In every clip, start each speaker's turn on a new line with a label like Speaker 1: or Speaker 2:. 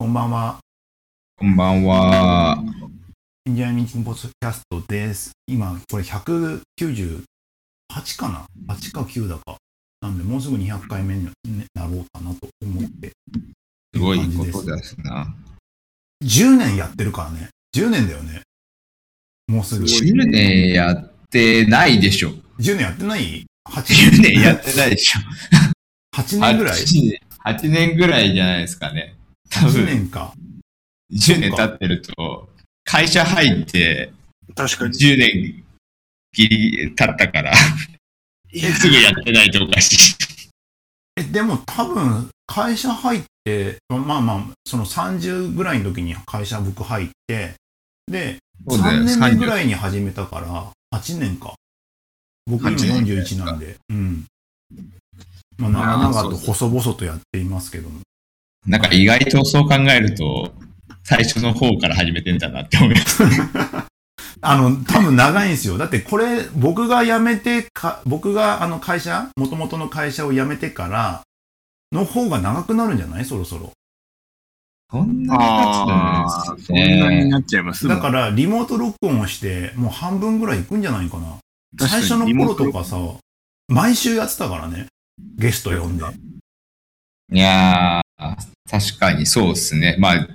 Speaker 1: ばんは。
Speaker 2: こんばんは。
Speaker 1: エンジニアミーティングポッドキャストです。今、これ198かな ?8 か9だか。なんで、もうすぐ200回目になろうかなと思って。
Speaker 2: すごいことですな。
Speaker 1: 10年やってるからね。10年だよね。もうすぐ。10
Speaker 2: 10年やってないでしょ。
Speaker 1: 年やってない ?8
Speaker 2: 10 年やってないでしょ。
Speaker 1: 8年ぐらい
Speaker 2: 8 8年ぐらいじゃないですかね。多
Speaker 1: ?10
Speaker 2: 分、
Speaker 1: 年か。
Speaker 2: 10年経ってると、会社入って
Speaker 3: 確かに。
Speaker 2: 10年ギリ経ったから、
Speaker 3: いや
Speaker 2: すぐやってないとおかしい。
Speaker 1: え、でも多分、会社入って、まあまあ、その30ぐらいの時に会社僕入って、で、3年目ぐ
Speaker 2: い。
Speaker 1: らいに始めたから、8年か。僕今
Speaker 2: 8年
Speaker 1: 41なんで、うん。まあ、
Speaker 2: あー
Speaker 1: 長
Speaker 2: そ
Speaker 1: 々と
Speaker 2: うです
Speaker 1: 細々とやっていますけども。
Speaker 2: なんか意外とそう考えると、最初の方から始めてんだなって思います。
Speaker 1: あの、多分長いんですよ。だってこれ、僕が辞めてか、僕があの会社、元々の会社を辞めてから、の方が長くなるんじゃないそろそろ。
Speaker 2: そんな
Speaker 3: ああ、そんなになっちゃいます。
Speaker 1: だから、リモート録音をして、もう半分ぐらいいくんじゃないかな。
Speaker 3: 確か
Speaker 1: 最
Speaker 3: に
Speaker 1: 初の頃とかさ、毎週やってたからね。ゲスト呼んで。
Speaker 2: いやー、確かにそうですね。まあ、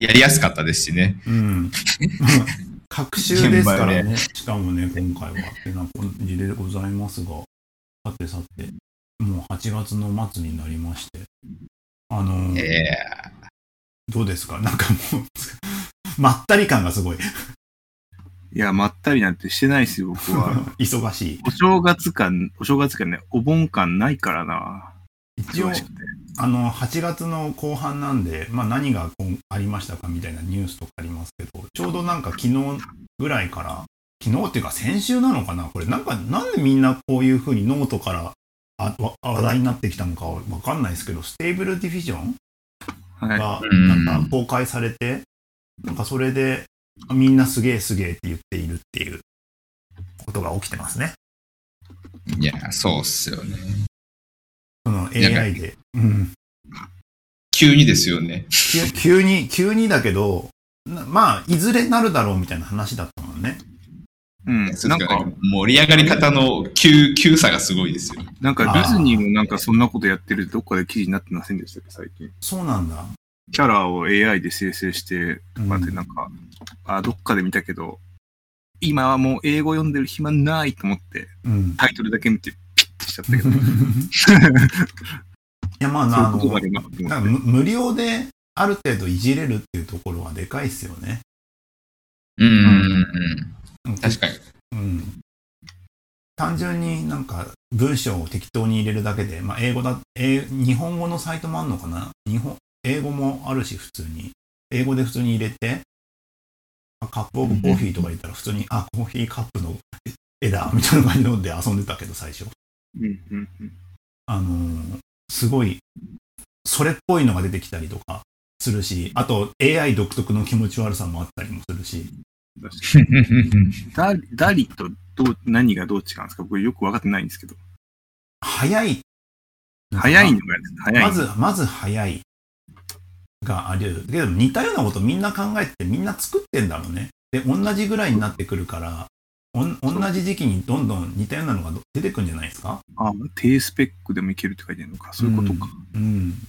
Speaker 2: やりやすかったですしね。
Speaker 1: うん。各週ですか
Speaker 2: 現
Speaker 1: ら
Speaker 2: 場
Speaker 1: ね。しかもね、今回は。ってな感じでございますが。さてさて、もう8月の末になりまして。あの、
Speaker 2: ええ
Speaker 1: どうですかなんかもう、 まったり感がすごい。
Speaker 3: いや、まったりなんてしてないですよ、僕は。
Speaker 1: 忙しい。
Speaker 3: お正月感、お正月感ね、お盆感ないからな。
Speaker 1: 一応
Speaker 3: 忙、しくて
Speaker 1: あの、8月の後半なんで、まあ何がこうありましたかみたいなニュースとかありますけど、ちょうどなんか昨日ぐらいから、昨日っていうか先週なのかなこれなんか、なんでみんなこういうふうにノートからあわ話題になってきたのかわかんないですけど、ステーブルディフィジョン
Speaker 3: はい。
Speaker 1: が
Speaker 2: うん
Speaker 1: なんか公開されて、なんかそれでみんなすげえすげえって言っているっていうことが起きてますね。
Speaker 2: いや、そうっすよね。
Speaker 1: その
Speaker 2: やいや
Speaker 1: AI で。うん
Speaker 2: 急にですよね。
Speaker 1: 急急に、急にだけど、なまあ、いずれなるだろうみたいな話だったもんね。
Speaker 3: うん。なんか、
Speaker 2: 盛り上がり方の急、急さがすごいですよ。
Speaker 3: なんかディズニーもなんかそんなことやってるどっかで記事になってませんでしたっけ、最近。
Speaker 1: そうなんだ。
Speaker 3: キャラを AI で生成して、
Speaker 1: うん
Speaker 3: まあ、でなんか、あ、どっかで見たけど、今はもう英語読んでる暇ないと思って、
Speaker 1: うん。
Speaker 3: タイトルだけ見てピッてしちゃ ったけど、
Speaker 1: いや、まあな、あ
Speaker 3: そうい
Speaker 1: の
Speaker 3: うことがあ、りますと思って
Speaker 1: なんか無無料である程度いじれるっていうところはでかいっすよね。
Speaker 2: うん、うん、うん。
Speaker 1: うん
Speaker 2: 確かに。
Speaker 1: うん。単純になんか文章を適当に入れるだけで、まあ英語だ、英日本語のサイトもあるのかな日本、英語もあるし普通に。英語で普通に入れて、あカップオブコーヒーとか入れたら普通に、あ、コーヒーカップの絵だ、みたいな感じので遊んでたけど最初。
Speaker 3: うんうんうん
Speaker 1: あのーすごい、それっぽいのが出てきたりとかするし、あと AI 独特の気持ち悪さもあったりもするし、
Speaker 3: 確か にダリダリとどう何がどう違うんですか僕よく分かってないんですけど。
Speaker 1: 早い。
Speaker 3: 早いのが早いの。
Speaker 1: まず、まず早いがあり得る。けど似たようなことみんな考えててみんな作ってんだろうね。で、同じぐらいになってくるから、おん同じ時期にどんどん似たようなのがど出てくるんじゃないですか
Speaker 3: あ、低スペックでもいけるって書いてあるのか。そういうことか。
Speaker 1: うん。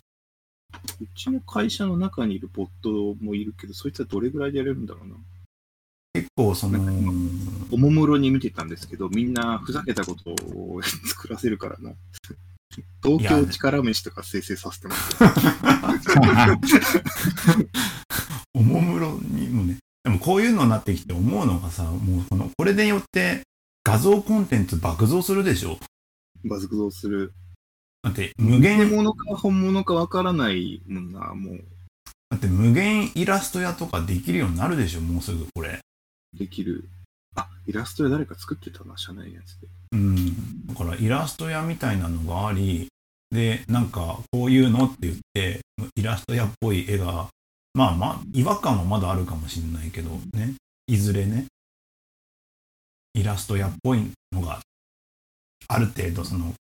Speaker 3: うちの会社の中にいるボットもいるけど、そいつはどれぐらいでやれるんだろうな。
Speaker 1: 結構その、
Speaker 3: おもむろに見てたんですけど、みんなふざけたことを作らせるからな。 東京力飯とか生成させてます。
Speaker 1: おもむろにもね。でもこういうのになってきて思うのがさ、もうこの、これでよって画像コンテンツ爆増するでしょ
Speaker 3: バズクゾする。
Speaker 1: だって無
Speaker 3: 本
Speaker 1: 限、
Speaker 3: 物か本物かわからないもんな、もう
Speaker 1: だって無限イラスト屋とかできるようになるでしょもうすぐこれ。
Speaker 3: できる。あ、イラストで誰か作ってたな、社内のやつで。
Speaker 1: うん。だからイラスト屋みたいなのがあり、で、なんかこういうのって言って、イラスト屋っぽい絵が、まあまあ、違和感はまだあるかもしれないけどね。いずれね、イラスト屋っぽいのが、ある程度その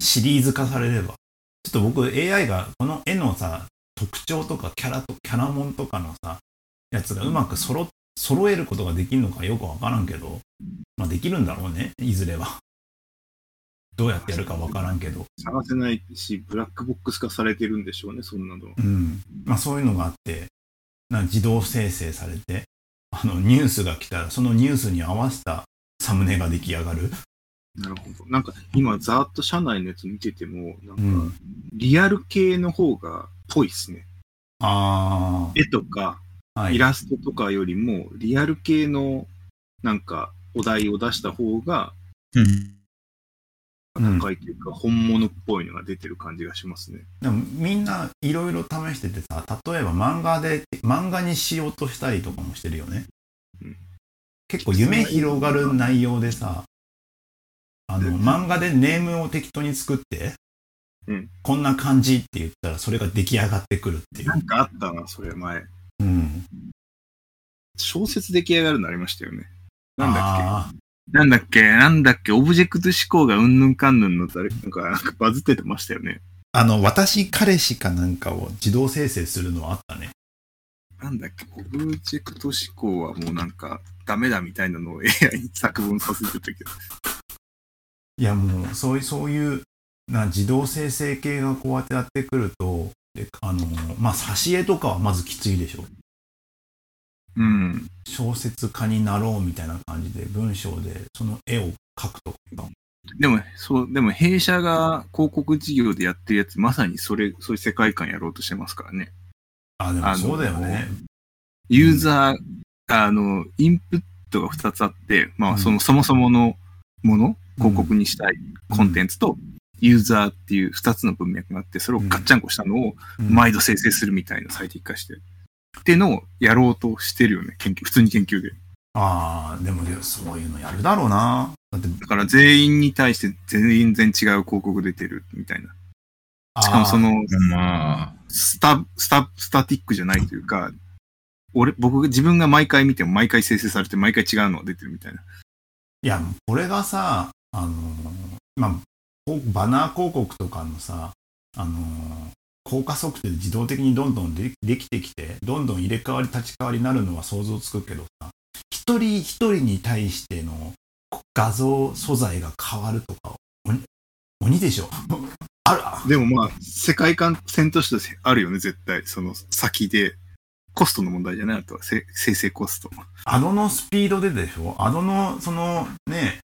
Speaker 1: シリーズ化されれば。ちょっと僕 AI がこの絵のさ、特徴とかキャラと、キャラモンとかのさ、やつがうまく揃、揃えることができるのかよくわからんけど、まあできるんだろうね、いずれは。どうやってやるかわからんけど。
Speaker 3: 探せないし、ブラックボックス化されてるんでしょうね、そんなのは。
Speaker 1: うん。まあそういうのがあって、な自動生成されて、あの、ニュースが来たら、そのニュースに合わせたサムネが出来上がる。
Speaker 3: なるほど。なんか今、ざーっと社内のやつ見てても、なんか
Speaker 1: うん
Speaker 3: リアル系の方がぽいっすね。
Speaker 1: あ
Speaker 3: 絵とか
Speaker 1: あ、は
Speaker 3: イ
Speaker 1: い。
Speaker 3: ラストとかよりも、リアル系のなんかお題を出した方が、
Speaker 2: うん。
Speaker 1: うん
Speaker 3: 高いというか、本物っぽいのが出てる感じがしますね。
Speaker 1: でもみんないろいろ試しててさ、例えば漫画で、漫画にしようとしたりとかもしてるよね
Speaker 3: うん。
Speaker 1: 結構夢広がる内容でさ、あの、漫画でネームを適当に作って、
Speaker 3: うん
Speaker 1: こんな感じって言ったらそれが出来上がってくるっていう
Speaker 3: な。んかあったな、それ前。
Speaker 1: うん。
Speaker 3: 小説出来上がるのありましたよね。なんだっ
Speaker 1: あー
Speaker 3: けなんだっけなんだっけオブジェクト思考がうんぬんかんぬんの誰かがなんかバズっててましたよね。
Speaker 1: あの、私彼氏かなんかを自動生成するのはあったね。
Speaker 3: なんだっけオブジェクト思考はもうなんかダメだみたいなのを AI に作文させてたけど。
Speaker 1: いやもう、そういう、そういう、な自動生成系がこうやってやってくると、であの、まあ、挿絵とかはまずきついでしょ。
Speaker 3: うん。
Speaker 1: 小説家になろうみたいな感じで、文章でその絵を描くとか。
Speaker 3: でも、そう、でも弊社が広告事業でやってるやつ、まさにそれ、そういう世界観やろうとしてますからね。
Speaker 1: あ、で
Speaker 3: あ
Speaker 1: も
Speaker 3: の
Speaker 1: そうだよね。
Speaker 3: ユーザー、あの、インプットが2つあって、ま
Speaker 1: うん
Speaker 3: あ、その、そもそものもの、広告にしたいコンテンツと、ユーザーっていう2つの文脈があって、それをガッチャンコしたのを
Speaker 1: うん
Speaker 3: 毎度生成するみたいな最適化して、っていうのをやろうとしてるよね、研究、普通に研究で。
Speaker 1: ああ、でもそういうのやるだろうな。だって、
Speaker 3: だから全員に対して全然違う広告出てるみたいな。
Speaker 1: あー
Speaker 3: しかもそ、の、
Speaker 2: まあ、
Speaker 3: スタ、スタ、スタティックじゃないというか、俺、僕が自分が毎回見ても毎回生成されて毎回違うのが出てるみたいな。
Speaker 1: いや、これがさ、あのーまあ、こうバナー広告とかのさ、あのー効果測定で自動的にどんどんでできてきて、どんどん入れ替わり立ち替わりになるのは想像つくけどさ、一人一人に対してのこ画像素材が変わるとか、鬼鬼でしょあるあ
Speaker 3: でもまあ、世界観線としてあるよね、絶対。その先で。コストの問題じゃないあとは、せ生成コスト。
Speaker 1: アドのスピードででしょアドの、そのね、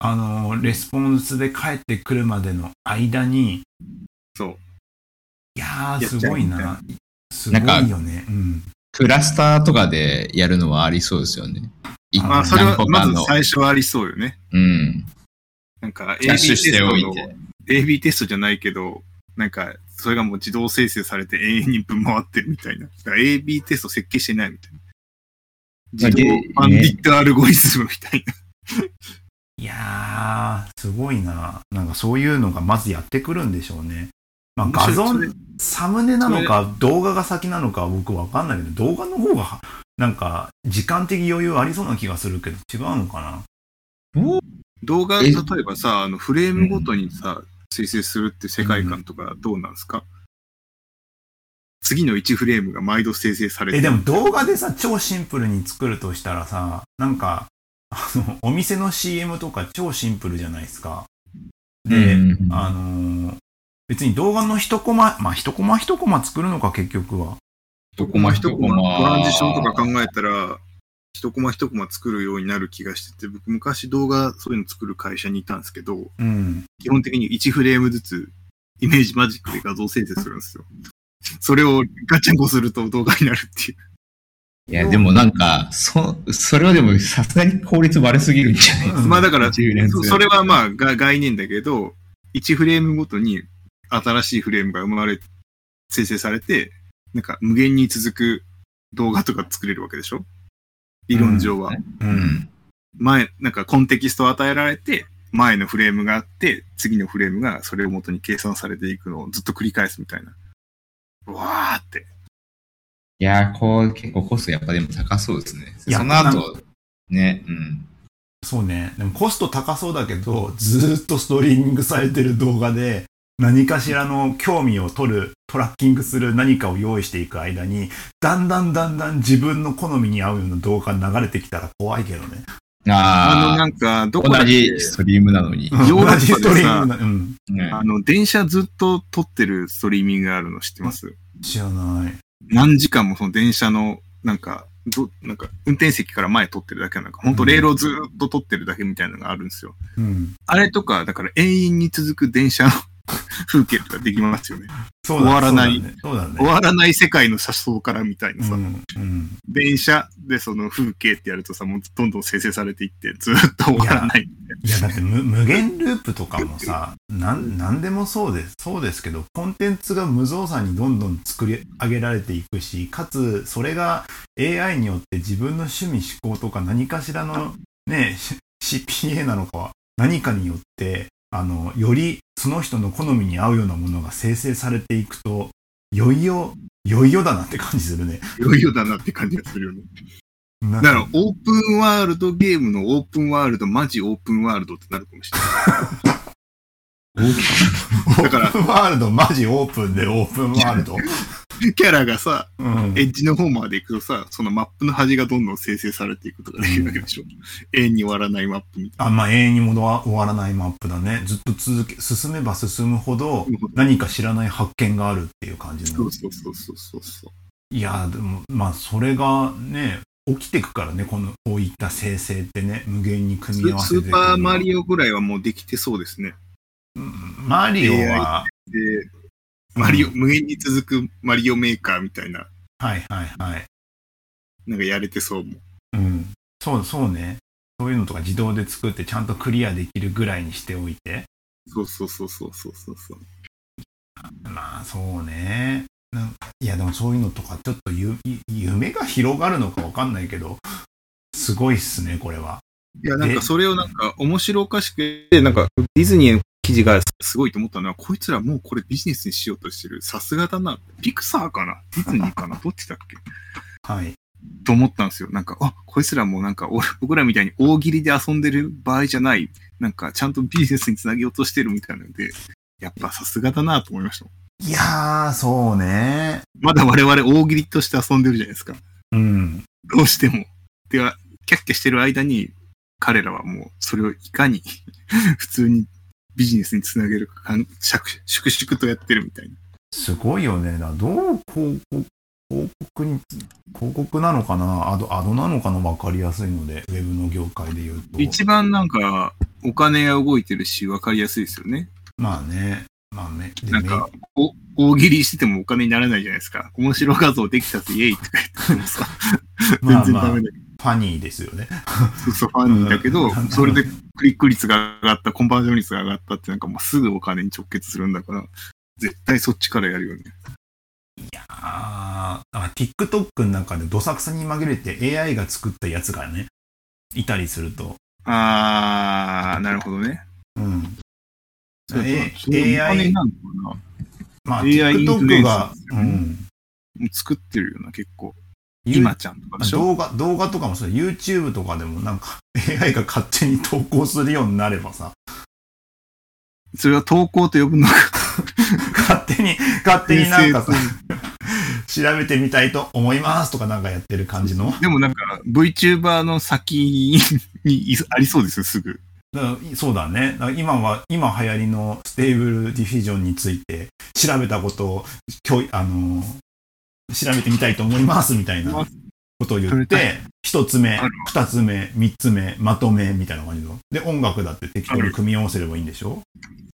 Speaker 1: あのーレスポンスで帰ってくるまでの間に、
Speaker 3: そう。
Speaker 1: いやー、
Speaker 3: やっちゃう
Speaker 1: すごい
Speaker 3: みたい
Speaker 1: な
Speaker 3: な。
Speaker 1: すごいよね。うん。
Speaker 2: クラスターとかでやるのはありそうですよね。一
Speaker 1: あ
Speaker 3: まあ、それは
Speaker 2: 何個、
Speaker 3: ま
Speaker 2: か
Speaker 3: ず
Speaker 2: の。
Speaker 3: 最初はありそうよね。
Speaker 2: うん。
Speaker 3: なんか、
Speaker 2: キャッシュしておい
Speaker 3: の
Speaker 2: て。
Speaker 3: AB テストじゃないけど、なんか、それがもう自動生成されて永遠に分回ってるみたいな。だから AB テスト設計してないみたいな。
Speaker 2: まあ
Speaker 3: 自動バンディットアルゴリズムみたいな。
Speaker 1: いやー、すごいな。なんかそういうのがまずやってくるんでしょうね。 まあ、画像
Speaker 3: そ、れ
Speaker 1: サムネなのか動画が先なのかは僕わかんないけど、動画の方がなんか時間的余裕ありそうな気がするけど、違うのかな
Speaker 3: 動画、
Speaker 2: え
Speaker 3: 例えばさ、あのフレームごとにさ、生成するって世界観とかどうなんですか、次の1フレームが毎度生成されて
Speaker 1: え、でも動画でさ、超シンプルに作るとしたらさ、なんか、あの、お店の CM とか超シンプルじゃないですか。で、
Speaker 2: うん
Speaker 1: あのー別に動画の一コマ、まあ一コマ一コマ作るのか結局は。
Speaker 2: 一コ
Speaker 3: コマ
Speaker 2: マ
Speaker 3: 一
Speaker 2: 一
Speaker 3: コ
Speaker 2: コ
Speaker 3: マ、
Speaker 2: マ。
Speaker 3: トランジションとか考えたら、一コマ一コマ作るようになる気がしてて、僕昔動画そういうの作る会社にいたんですけど、
Speaker 1: うん。
Speaker 3: 基本的に1フレームずつイメージマジックで画像生成するんですよ。それをガチャンコすると動画になるっていう。
Speaker 2: いや、でもなんか、そ、それはでもさすがに効率悪すぎるんじゃない
Speaker 1: うん
Speaker 3: まあだから、そ
Speaker 2: 10連続
Speaker 3: それはまあが概念だけど、1フレームごとに新しいフレームが生まれ、生成されて、なんか無限に続く動画とか作れるわけでしょ理論上は。
Speaker 1: う。
Speaker 2: うんん。
Speaker 3: 前、なんかコンテキストを与えられて、前のフレームがあって、次のフレームがそれを元に計算されていくのをずっと繰り返すみたいな。うわーって。
Speaker 2: いや、こう、結構コストやっぱでも高そうですね。
Speaker 1: いや
Speaker 2: その後、ね、うん。
Speaker 1: そうね。でもコスト高そうだけど、ずーっとストリーミングされてる動画で、何かしらの興味を取る、トラッキングする何かを用意していく間に、だんだんだんだん自分の好みに合うような動画が流れてきたら怖いけどね。
Speaker 3: あの、
Speaker 2: あ
Speaker 3: なんか、どこだ
Speaker 2: 同
Speaker 3: っけ
Speaker 2: じストリームなのに。
Speaker 3: ヨーロッパ
Speaker 1: 同
Speaker 3: でさ
Speaker 1: じストリームなうん。
Speaker 2: ね
Speaker 3: あの、電車ずっと撮ってるストリーミングがあるの知ってます
Speaker 1: 知らない。
Speaker 3: 何時間もその電車の、なんか、ど、なんか、運転席から前撮ってるだけなんか、ほんとレールをずっと撮ってるだけみたいなのがあるんですよ。
Speaker 1: うん。
Speaker 3: あれとか、だから永遠に続く電車の 風景とかできますよね。
Speaker 1: そうだ
Speaker 3: 終わらない。
Speaker 1: そうだね。
Speaker 3: 終わらない世界の車窓からみたいな
Speaker 1: そ
Speaker 3: さ、
Speaker 1: うだねうん。うん
Speaker 3: 電車でその風景ってやるとさ、もうどんどん生成されていって、ずっと終わらない。
Speaker 1: いや、だって無無限ループとかもさ、なん、なんでもそうです。そうですけど、コンテンツが無造作にどんどん作り上げられていくし、かつ、それが AI によって自分の趣味思考とか何かしらの、ね、し CPA なのか、何かによって、あの、よりその人の好みに合うようなものが生成されていくと、いよいよ、いよいよだなって感じするね。
Speaker 3: いよいよだなって感じがするよね。
Speaker 1: な
Speaker 3: だ
Speaker 1: んか
Speaker 3: から、オープンワールドゲームのオープンワールド、マジオープンワールドってなるかもしれない。だから
Speaker 1: オープンワールド、マジオープンでオープンワールド。
Speaker 3: キャラがさ、
Speaker 1: うん
Speaker 3: エッジの方まで行くとさ、そのマップの端がどんどん生成されていくとかできるわけでしょ。永遠に終わらないマップみたい
Speaker 1: あんまあ永遠に戻は終わらないマップだね。ずっと続け、進めば進むほど
Speaker 3: な。
Speaker 1: 何か知らない発見があるっていう感じ
Speaker 3: そ
Speaker 1: の
Speaker 3: う。そうそうそうそうそう。
Speaker 1: いやー、でも、まあそれがね、起きてくからね、この、こういった生成ってね、無限に組み合わせ
Speaker 3: ス
Speaker 1: て
Speaker 3: ーパーマ
Speaker 1: オ。
Speaker 3: リオぐらいはもうできてそうですね。
Speaker 1: うんマリオは、
Speaker 3: で、マリオ、
Speaker 1: う
Speaker 3: 無限に続くマリオメーカーみたいな、
Speaker 1: はいはいはい。
Speaker 3: なんかやれてそうも。
Speaker 1: うん。そう、そうね。そういうのとか自動で作ってちゃんとクリアできるぐらいにしておいて。
Speaker 3: そうそうそうそうそうそうそう。
Speaker 1: まあそうね。なんかいやでもそういうのとかちょっとゆゆ夢が広がるのかわかんないけど、すごいっすね、これは。
Speaker 3: いや、なん
Speaker 1: で
Speaker 3: かそれをなんか面白おかしくて、なんかディズニーの記事がすごいと思ったのは、こいつらもうこれビジネスにしようとしてる。さすがだな。ピクサーかなディズニーかなどっちだっけ
Speaker 1: はい。
Speaker 3: と思ったんですよ。なんか、あ、こいつらもうなんか、俺僕らみたいに大喜利で遊んでる場合じゃない。なんか、ちゃんとビジネスにつなげようとしてるみたいなので、やっぱさすがだなと思いました。
Speaker 1: いやー、そうね。
Speaker 3: まだ我々大喜利として遊んでるじゃないですか。
Speaker 1: うん。
Speaker 3: どうしても。では、キャッキャしてる間に、彼らはもう、それをいかに、 普通にビジネスにつなげるかかん、しゃく粛々とやってるみたいな。
Speaker 1: すごいよね。だどう広告、広告に、広告なのかなアド、アドなのかなわかりやすいので、ウェブの業界で言うと。
Speaker 3: 一番なんか、お金が動いてるし、わかりやすいですよね。
Speaker 1: まあね。まあね。で
Speaker 3: なんか、お大喜利しててもお金にならないじゃないですか。面白画像できたぜ、イエイとか言ってもさ、
Speaker 1: メ ま
Speaker 3: 全
Speaker 1: あ
Speaker 3: 然
Speaker 1: ま
Speaker 3: ダ
Speaker 1: あ
Speaker 3: メ、だけど、
Speaker 1: ファニーですよね。
Speaker 3: そうそうファンだけど、
Speaker 1: うん
Speaker 3: それでクリック率が上がった、コンバージョン率が上がったってなんかもうすぐお金に直結するんだから、絶対そっちからやるよね。
Speaker 1: あーあ、TikTok の中でどさくさに紛れて AI が作ったやつがね、いたりすると。
Speaker 3: あー、なるほどね。
Speaker 1: うん。
Speaker 3: そうか
Speaker 1: え
Speaker 3: そういうお
Speaker 1: AI
Speaker 3: 金なのかなも
Speaker 1: まあ、
Speaker 3: AI インフル
Speaker 1: TikTok
Speaker 3: エンサ
Speaker 1: が
Speaker 3: ーです、
Speaker 1: う
Speaker 3: よね
Speaker 1: ん。
Speaker 3: う作ってるよな、結構。
Speaker 1: ゆ
Speaker 3: 今ちゃんとかでしょ
Speaker 1: 動画、動画とかもそうだ YouTube とかでもなんか AI が勝手に投稿するようになればさ、
Speaker 3: それは投稿と呼ぶのか。
Speaker 1: 勝手に、勝手になんかさ、調べてみたいと思いますとかなんかやってる感じの。
Speaker 3: でもなんか、VTuber の先にいありそうですよ、すぐ。
Speaker 1: だからそうだね。だから今は、今流行りのステーブルディフュージョンについて調べたことを、教あの、調べてみたいと思いますみたいなことを言っ
Speaker 3: それ
Speaker 1: て、一つ目
Speaker 3: ある、
Speaker 1: 二つ目、三つ目、まとめみたいな感じの。で、音楽だって適当に組み合わせればいいんでしょ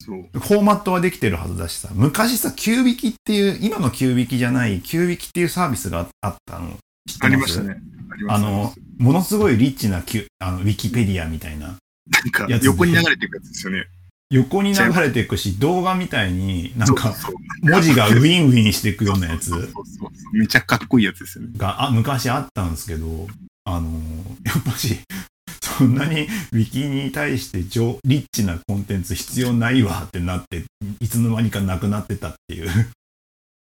Speaker 3: そう。
Speaker 1: フォーマットはできてるはずだしさ、昔さ、9引きっていう、今の9引きじゃない、9引きっていうサービスがあったの。知ってす
Speaker 3: ありました。ね。ありま
Speaker 1: あ
Speaker 3: した
Speaker 1: の、ものすごいリッチな Q- あのウィキペディアみたいな。
Speaker 3: なんか
Speaker 1: やつ、で
Speaker 3: 横に流れていくやつですよね。
Speaker 1: 横に流れていくし、動画みたいになんか
Speaker 3: そうそう
Speaker 1: 文字がウィンウィンしていくようなやつ
Speaker 3: そうそうそうそうめちゃかっこいいやつですよね。
Speaker 1: があ昔あったんですけど、あの、やっぱし、そんなにウィキに対して上リッチなコンテンツ必要ないわってなって、いつの間にかなくなってたっていう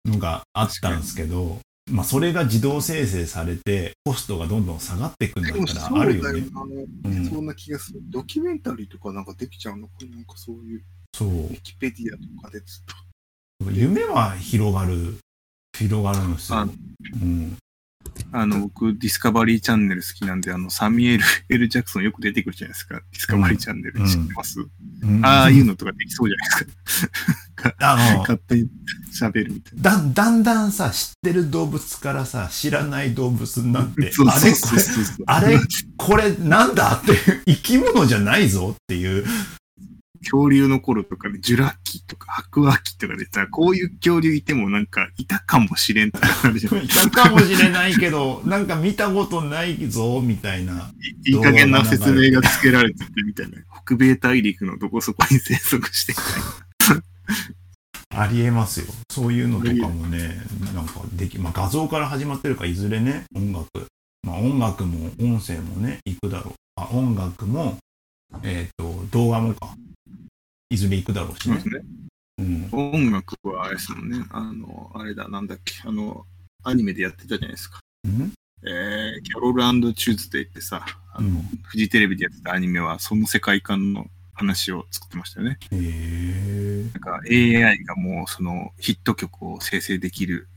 Speaker 1: のがあったんですけど、まあそれが自動生成されて、コストがどんどん下がっていくんだったらあるよね。
Speaker 4: あの
Speaker 1: うん
Speaker 4: そんな気がする。ドキュメンタリーとかなんかできちゃうのかなんかそういう。
Speaker 1: そう。
Speaker 3: ウィキペディアとかでずっと。
Speaker 1: 夢は広がる、広がるんですよ
Speaker 3: あ。
Speaker 1: うん、
Speaker 3: あの、僕、ディスカバリーチャンネル好きなんで、あの、サミュエル・ L ・ジャクソンよく出てくるじゃないですか。ディスカバリーチャンネル
Speaker 1: うん
Speaker 3: 知ってます、
Speaker 1: うん
Speaker 3: ああいうのとかできそうじゃないですか。
Speaker 1: あの、
Speaker 3: 勝手に喋るみたいな。
Speaker 1: だだんだんさ、知ってる動物からさ、知らない動物になって、
Speaker 3: そう
Speaker 1: あ
Speaker 3: そう
Speaker 1: れ
Speaker 3: そうそう
Speaker 1: あれこれ、これなんだっていう、生き物じゃないぞっていう。
Speaker 3: 恐竜の頃とかで、ジュラ紀とか白亜紀とかでさ、こういう恐竜いてもなんかいたかもしれんとかあるじゃない
Speaker 1: いたかもしれないけど、 なんか見たことないぞ、みたいな。
Speaker 3: いい加減な説明がつけられててみたいな。北米大陸のどこそこに生息してみたいな。
Speaker 1: ありえますよ。そういうのとかもね、なんかでき、まあ画像から始まってるから、いずれね、音楽。まあ音楽も音声もね、行くだろう。あ、音楽も、えっ、と、動画もか。いずれ行くだろうし
Speaker 3: そうで
Speaker 1: ね
Speaker 3: す。ね。
Speaker 1: うん。
Speaker 3: 音楽はあれですもんね。あの、あれだ、なんだっけ。あの、アニメでやってたじゃないですか。
Speaker 1: うん
Speaker 3: えー、キャロルチューズデイってさ、あの、
Speaker 1: うん
Speaker 3: フジテレビでやってたアニメは、その世界観の話を作ってましたよね。
Speaker 1: へえ。
Speaker 3: なんか AI がもうそのヒット曲を生成できる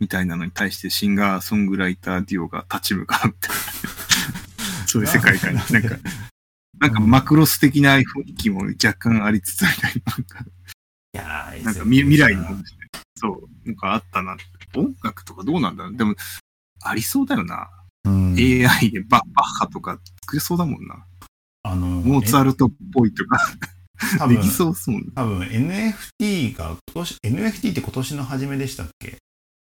Speaker 3: みたいなのに対してシンガーソングライターデュオが立ち向かうみたいな。そういう世 界観に。なんか、なんかマクロス的な雰囲気も若干ありつつみたいな。なんか
Speaker 1: いやー
Speaker 3: なんか未未来の
Speaker 1: い
Speaker 3: 話ね。そう。なんかあったな。音楽とかどうなんだろう。でも、ありそうだよな。
Speaker 1: うん、
Speaker 3: AI でバッバッハとか作れそうだもんな。
Speaker 1: あの、
Speaker 3: モーツァルトっぽいとか
Speaker 1: え多
Speaker 3: で
Speaker 1: 分
Speaker 3: き、そうっすもんね。
Speaker 1: 多分 NFT が今年、NFT って今年の初めでしたっけ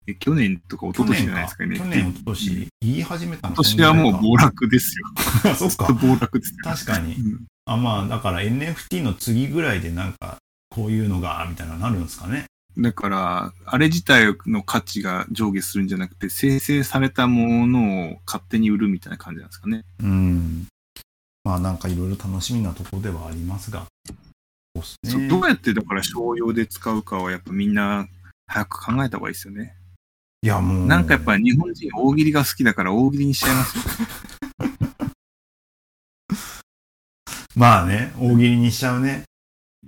Speaker 3: え去年とか一
Speaker 1: 去
Speaker 3: 昨
Speaker 1: 年
Speaker 3: 年じゃない
Speaker 1: か
Speaker 3: です。か
Speaker 1: 去
Speaker 3: ね。
Speaker 1: 年、一昨年、言い始めたの
Speaker 3: 今年はもう暴落ですよ。
Speaker 1: う、 そっか。
Speaker 3: 暴落ですよ。
Speaker 1: 確かに。
Speaker 3: うん
Speaker 1: あ、まあ、だから NFT の次ぐらいでなんか、こういうのが、みたいなのなるんですかね。
Speaker 3: だから、あれ自体の価値が上下するんじゃなくて、生成されたものを勝手に売るみたいな感じなんですかね。
Speaker 1: うん。まあ、なんかいろいろ楽しみなところではありますが。そうっす
Speaker 3: そう
Speaker 1: ね。
Speaker 3: どうやってだから商用で使うかはやっぱみんな早く考えた方がいいですよね。
Speaker 1: いや、もう。
Speaker 3: なんかやっぱり日本人大喜利が好きだから大喜利にしちゃいますよ。
Speaker 1: まあね、大喜利にしちゃうね。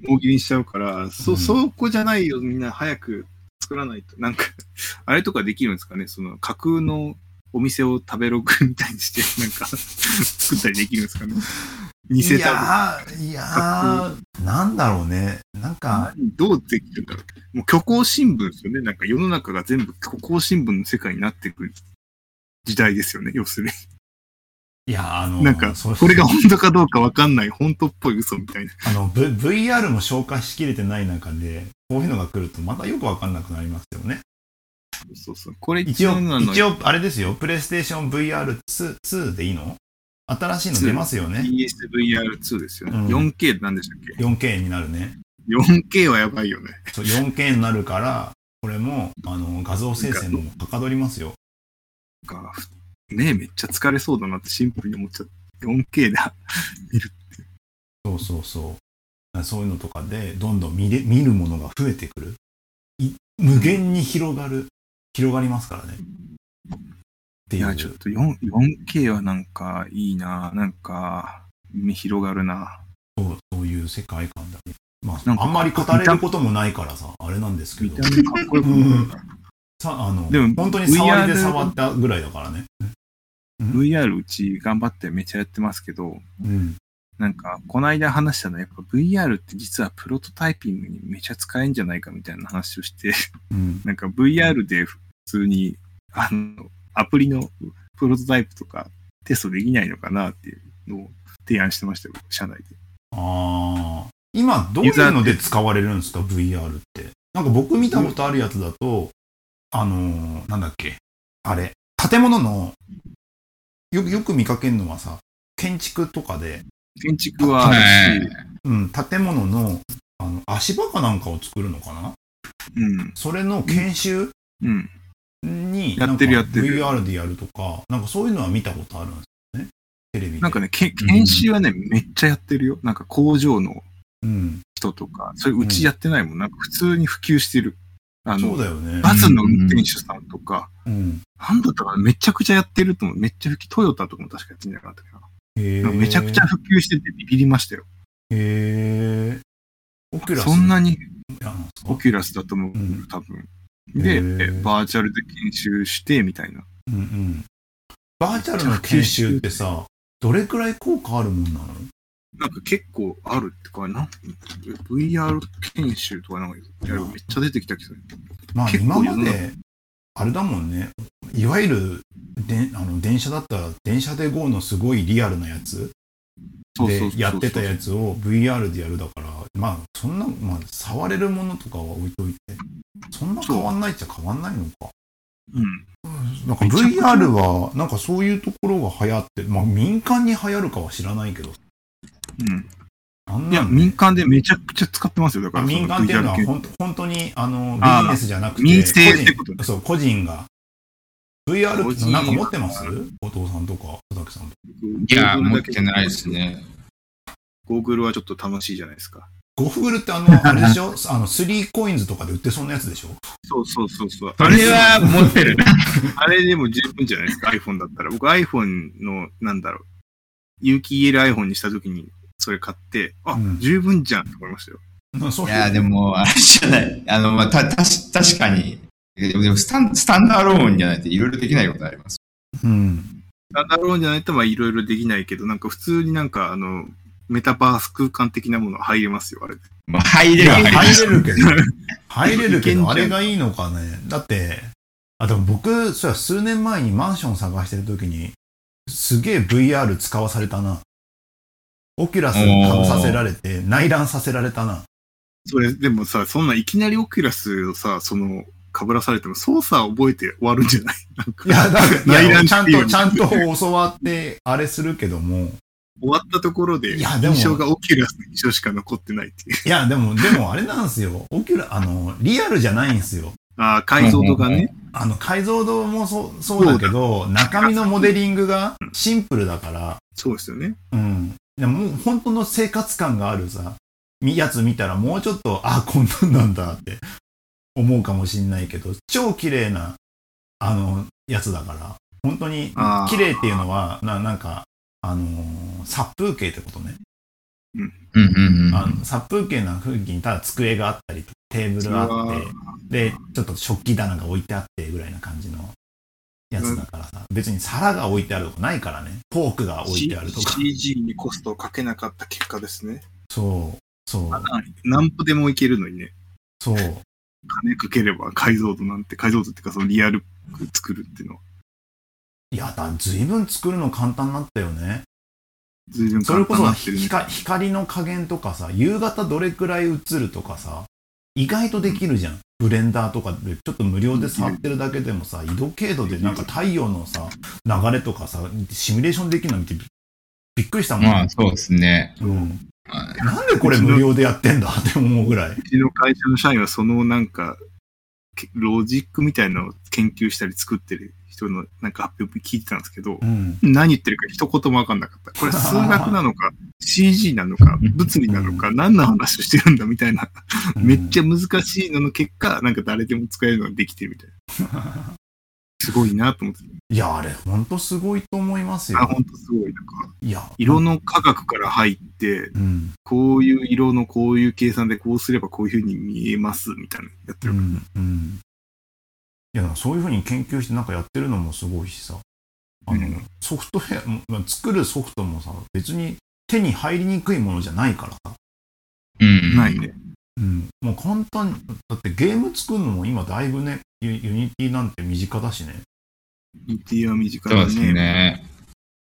Speaker 3: 大喜利にしちゃうから、
Speaker 1: う
Speaker 3: そ、
Speaker 1: ん
Speaker 3: そこじゃないよ、みんな早く作らないと。なんか、 あれとかできるんですかねその架空のお店を食べログみたいにして、 なんか、作ったりできるんですかね偽
Speaker 1: い
Speaker 3: タブ
Speaker 1: やー、いやー、なんだろうね。なんか、
Speaker 3: 何どうできるんだろう。もう虚構新聞ですよね。なんか世の中が全部虚構新聞の世界になっていく時代ですよね。要する
Speaker 1: いや、あの、
Speaker 3: に。なんか、
Speaker 1: そう
Speaker 3: これが本当かどうかわかんない、本当っぽい嘘みたいな。
Speaker 1: あの、v、VR も消化しきれてない中で、こういうのが来るとまたよくわかんなくなりますよね。
Speaker 3: そうそう。これ
Speaker 1: 一応、一
Speaker 3: 応、
Speaker 1: 応、あれですよ、プレイステーション VR2 でいいの新しいの出ますよね。
Speaker 3: ESVR2 ですよね。
Speaker 1: うん
Speaker 3: 4K なんでしたっけ
Speaker 1: 4K になるね。
Speaker 3: 4K はやばいよね。
Speaker 1: そう 4K になるから、これも、あの、画像生成もはかどりますよ。
Speaker 3: なんかねめっちゃ疲れそうだなってシンプルに思っちゃって。4K だ。
Speaker 1: そうそうそう。そういうのとかで、どんどん見れ見るものが増えてくる。い無限に広がる。広がりますからね。って
Speaker 3: い
Speaker 1: いう。
Speaker 3: や、ちょっと 4- 4K はなんかいいな。なんか、広がるな。
Speaker 1: そうそういう世界観だね。まあ、
Speaker 3: なんか
Speaker 1: あんまり語れることもないからさ、あれなんですけ
Speaker 3: 見
Speaker 1: ど
Speaker 3: た、目かっこよくなるな。
Speaker 1: さあの
Speaker 3: でも
Speaker 1: 本当に触りで
Speaker 3: VR
Speaker 1: 触ったぐらいだからね。
Speaker 3: VR うち頑張ってめっちゃやってますけど、
Speaker 1: うん、
Speaker 3: なんか、この間話したのはやっぱ VR って実はプロトタイピングにめちゃ使えんじゃないかみたいな話をして、
Speaker 1: うん、
Speaker 3: なんか VR で普通に、あの、アプリのプロトタイプとかテストできないのかなっていうのを提案してましたよ、社内で。
Speaker 1: ああ。今、どういうので使われるんですか、VR って。なんか僕見たことあるやつだと、あのーなんだっけ、あれ、建物の、よく、よく見かけるのはさ、建築とかで、
Speaker 3: 建築は、
Speaker 2: はい
Speaker 1: うん、建物の、あの、足場かなんかを作るのかな
Speaker 3: うん、
Speaker 1: それの研修、
Speaker 3: うん。
Speaker 1: に、
Speaker 3: やってる
Speaker 1: なんか
Speaker 3: やってる
Speaker 1: VR でやるとか、なんかそういうのは見たことあるんですよね。テレビで。
Speaker 3: なんかね、け研修はね、めっちゃやってるよ。なんか工場の
Speaker 1: うん。
Speaker 3: 人とか、それうちやってないもん。なんか普通に普及してる。あ
Speaker 1: そう
Speaker 3: の、
Speaker 1: だよね。
Speaker 3: バスの運転手さんとか、
Speaker 1: うん。
Speaker 3: なんだったかなめちゃくちゃやってると思う。めっちゃ普及、トヨタとかも確かやってんじゃなかったか
Speaker 1: へ
Speaker 3: な。めちゃくちゃ。普及しててビビりましたよ。
Speaker 1: へえ。オキュラス
Speaker 3: そんなに
Speaker 1: あるんですか
Speaker 3: オキュラスだと思う、
Speaker 1: うん
Speaker 3: 多分。
Speaker 1: へ
Speaker 3: で、え
Speaker 1: ー
Speaker 3: バーチャルで研修して、みたいな。
Speaker 1: うんうん。バーチャルの研修ってさ、どれくらい効果あるもんなの
Speaker 3: なんか結構あるってか、なん VR 研修とかなんかやるめっちゃ出てきたけど、
Speaker 1: まあ
Speaker 3: 結構
Speaker 1: 今
Speaker 3: 世
Speaker 1: ま
Speaker 3: の中
Speaker 1: で、あれだもんね、いわゆるであの電車だったら、電車で GO のすごいリアルなやつ
Speaker 3: そうそうそう
Speaker 1: で
Speaker 3: そう
Speaker 1: やってたやつを VR でやるだから、まあそんな、まあ触れるものとかは置いといて、そんな変わんないっちゃ変わんないのか。
Speaker 3: うん。
Speaker 1: なんか VR は、なんかそういうところが流行って、まあ民間に流行るかは知らないけど、なん
Speaker 3: うん。いや、
Speaker 1: なん
Speaker 3: 民間でめちゃくちゃ使ってますよ、だから。
Speaker 1: 民間っていうのは
Speaker 3: そ VR
Speaker 1: 本当本当にあのビ
Speaker 3: あー
Speaker 1: ジネスじゃなくて
Speaker 3: 民生ってこ
Speaker 1: 個
Speaker 3: と
Speaker 1: 人そう個人が VR
Speaker 3: 個
Speaker 1: って
Speaker 3: 人
Speaker 1: なんか持ってますお父さんとか佐竹さんとか
Speaker 2: いや、持っ
Speaker 3: Google だけ
Speaker 2: てないです。ね。
Speaker 3: Google はちょっと楽しいじゃないですか。
Speaker 1: ゴフグルってあ のあれでしょあの3コインズとかで売ってそうなやつでしょ
Speaker 3: そうそうそうそう。
Speaker 2: それは持ってる。
Speaker 3: あれでも十分じゃないですか、iPhone だったら。僕 iPhone の、なんだろう、有機 EL iPhone にしたときに、それ買って、あ、
Speaker 1: うん
Speaker 3: 十分じゃんって思いましたよ。
Speaker 1: うんそう
Speaker 2: いや、でも、あれじゃない。あの、まあ、た、たし、確かに。でも、スタン、スタンダーローンじゃないといろいろできないことあります。
Speaker 1: うん
Speaker 3: なんだろうじゃないと、まあいろいろできないけど、なんか普通になんか、あの、メタバース空間的なもの入れますよ、あれ。
Speaker 2: まあ、入
Speaker 1: い
Speaker 2: れる
Speaker 1: や
Speaker 2: は入れ
Speaker 1: 入れる
Speaker 2: る。
Speaker 1: けど入れるけ
Speaker 3: いけんじゃ
Speaker 1: ど
Speaker 3: ん
Speaker 1: あれがいいのかねだってあでも僕そうや数年前にマンション探してる時にすげえ VR 使わされたなオキュラスかぶさせられて内覧させられたな
Speaker 3: それ、でもさ、そんないきなりオキュラスをさ、その、かぶらされても操作覚えて終わるんじゃない なんか
Speaker 1: いや、だから、いや
Speaker 3: 内覧
Speaker 1: ちゃ
Speaker 3: っ
Speaker 1: ん
Speaker 3: ていう
Speaker 1: と、
Speaker 3: の
Speaker 1: ちゃんと教わって、あれするけども、
Speaker 3: 終わったところで、
Speaker 1: いやでも
Speaker 3: 印象がオキュラスの印象しか残ってないっていう。
Speaker 1: いや、でも、でもあれなんですよ。オキュラ、あの、リアルじゃないんですよ。
Speaker 3: ああ、改造とかね。
Speaker 1: あの、解像度もそう、そうだけど、中身のモデリングがシンプルだから、
Speaker 3: そうですよね。
Speaker 1: うん。でも、もう本当の生活感があるさ、みやつ見たらもうちょっと、あ、こんなんなんだって思うかもしんないけど、超綺麗な、あの、やつだから、本当に
Speaker 3: あー、
Speaker 1: 綺麗っていうのは、な、なんか、あのー殺風景ってことね。
Speaker 2: うんうん
Speaker 1: あの殺風景な雰囲気にただ机があったりテーブルがあっ
Speaker 3: うわ
Speaker 1: てでちょっと食器棚が置いてあってぐらいな感じのやつだからさ、別に皿が置いてあるとかないからねフォークが置いてあるとか
Speaker 3: CG にコストをかけなかった結果ですね。
Speaker 1: そうそう
Speaker 3: 何歩でもいけるのにね、
Speaker 1: そう
Speaker 3: 金かければ解像度なんて、解像度っていうかそのリアルく作るっていうのは、
Speaker 1: いやだ随分作るの簡単になったよね
Speaker 3: 随分
Speaker 1: それ
Speaker 3: 簡
Speaker 1: こ
Speaker 3: 単
Speaker 1: そ
Speaker 3: になってるね。
Speaker 1: 光光の加減とかさ夕方どれくらい映るとかさ意外とできるじゃんブレンダーとかでちょっと無料で触ってるだけでもさ移動経度でなんか太陽のさ流れとかさシミュレーションできるの見てびびっくりしたもん、
Speaker 2: まあ、そうですね。
Speaker 1: うん、
Speaker 2: まあ
Speaker 1: なんでこれ無料でやってんだって思うぐらいう
Speaker 3: ちの会社の社員はそのなんか、けロジックみたいなのを研究したり作ってる人のなんか発表聞いてたんですけど、
Speaker 1: うん
Speaker 3: 何言ってるか一言もわかんなかった。これ数学なのか、CG なのか、物理なのか、何の話をしてるんだみたいな、めっち
Speaker 1: ゃ
Speaker 3: ゃ難しいのの結果、なんか誰でも使えるのができてるみたいな。 すごいなと思って。
Speaker 1: いやあれほんとすごいと思いますよ
Speaker 3: あ、ほんとすごい。なんか、
Speaker 1: いや
Speaker 3: 色の科学から入って、
Speaker 1: うん
Speaker 3: こういう色のこういう計算でこうすればこういう風に見えますみたいなのやって
Speaker 1: う
Speaker 3: るから。
Speaker 1: んうんいやそういうふうに研究してなんかやってるのもすごいしさあの、
Speaker 3: うん
Speaker 1: ソフトウェアもまあ作るソフトもさ別に手に入りにくいものじゃないからさ、
Speaker 2: うん。
Speaker 3: ないね。
Speaker 1: うん、もう簡単だってゲーム作るのも今だいぶねユユニティなんて身近だしね
Speaker 3: 一定は短い
Speaker 2: そう
Speaker 3: ね
Speaker 2: ですね。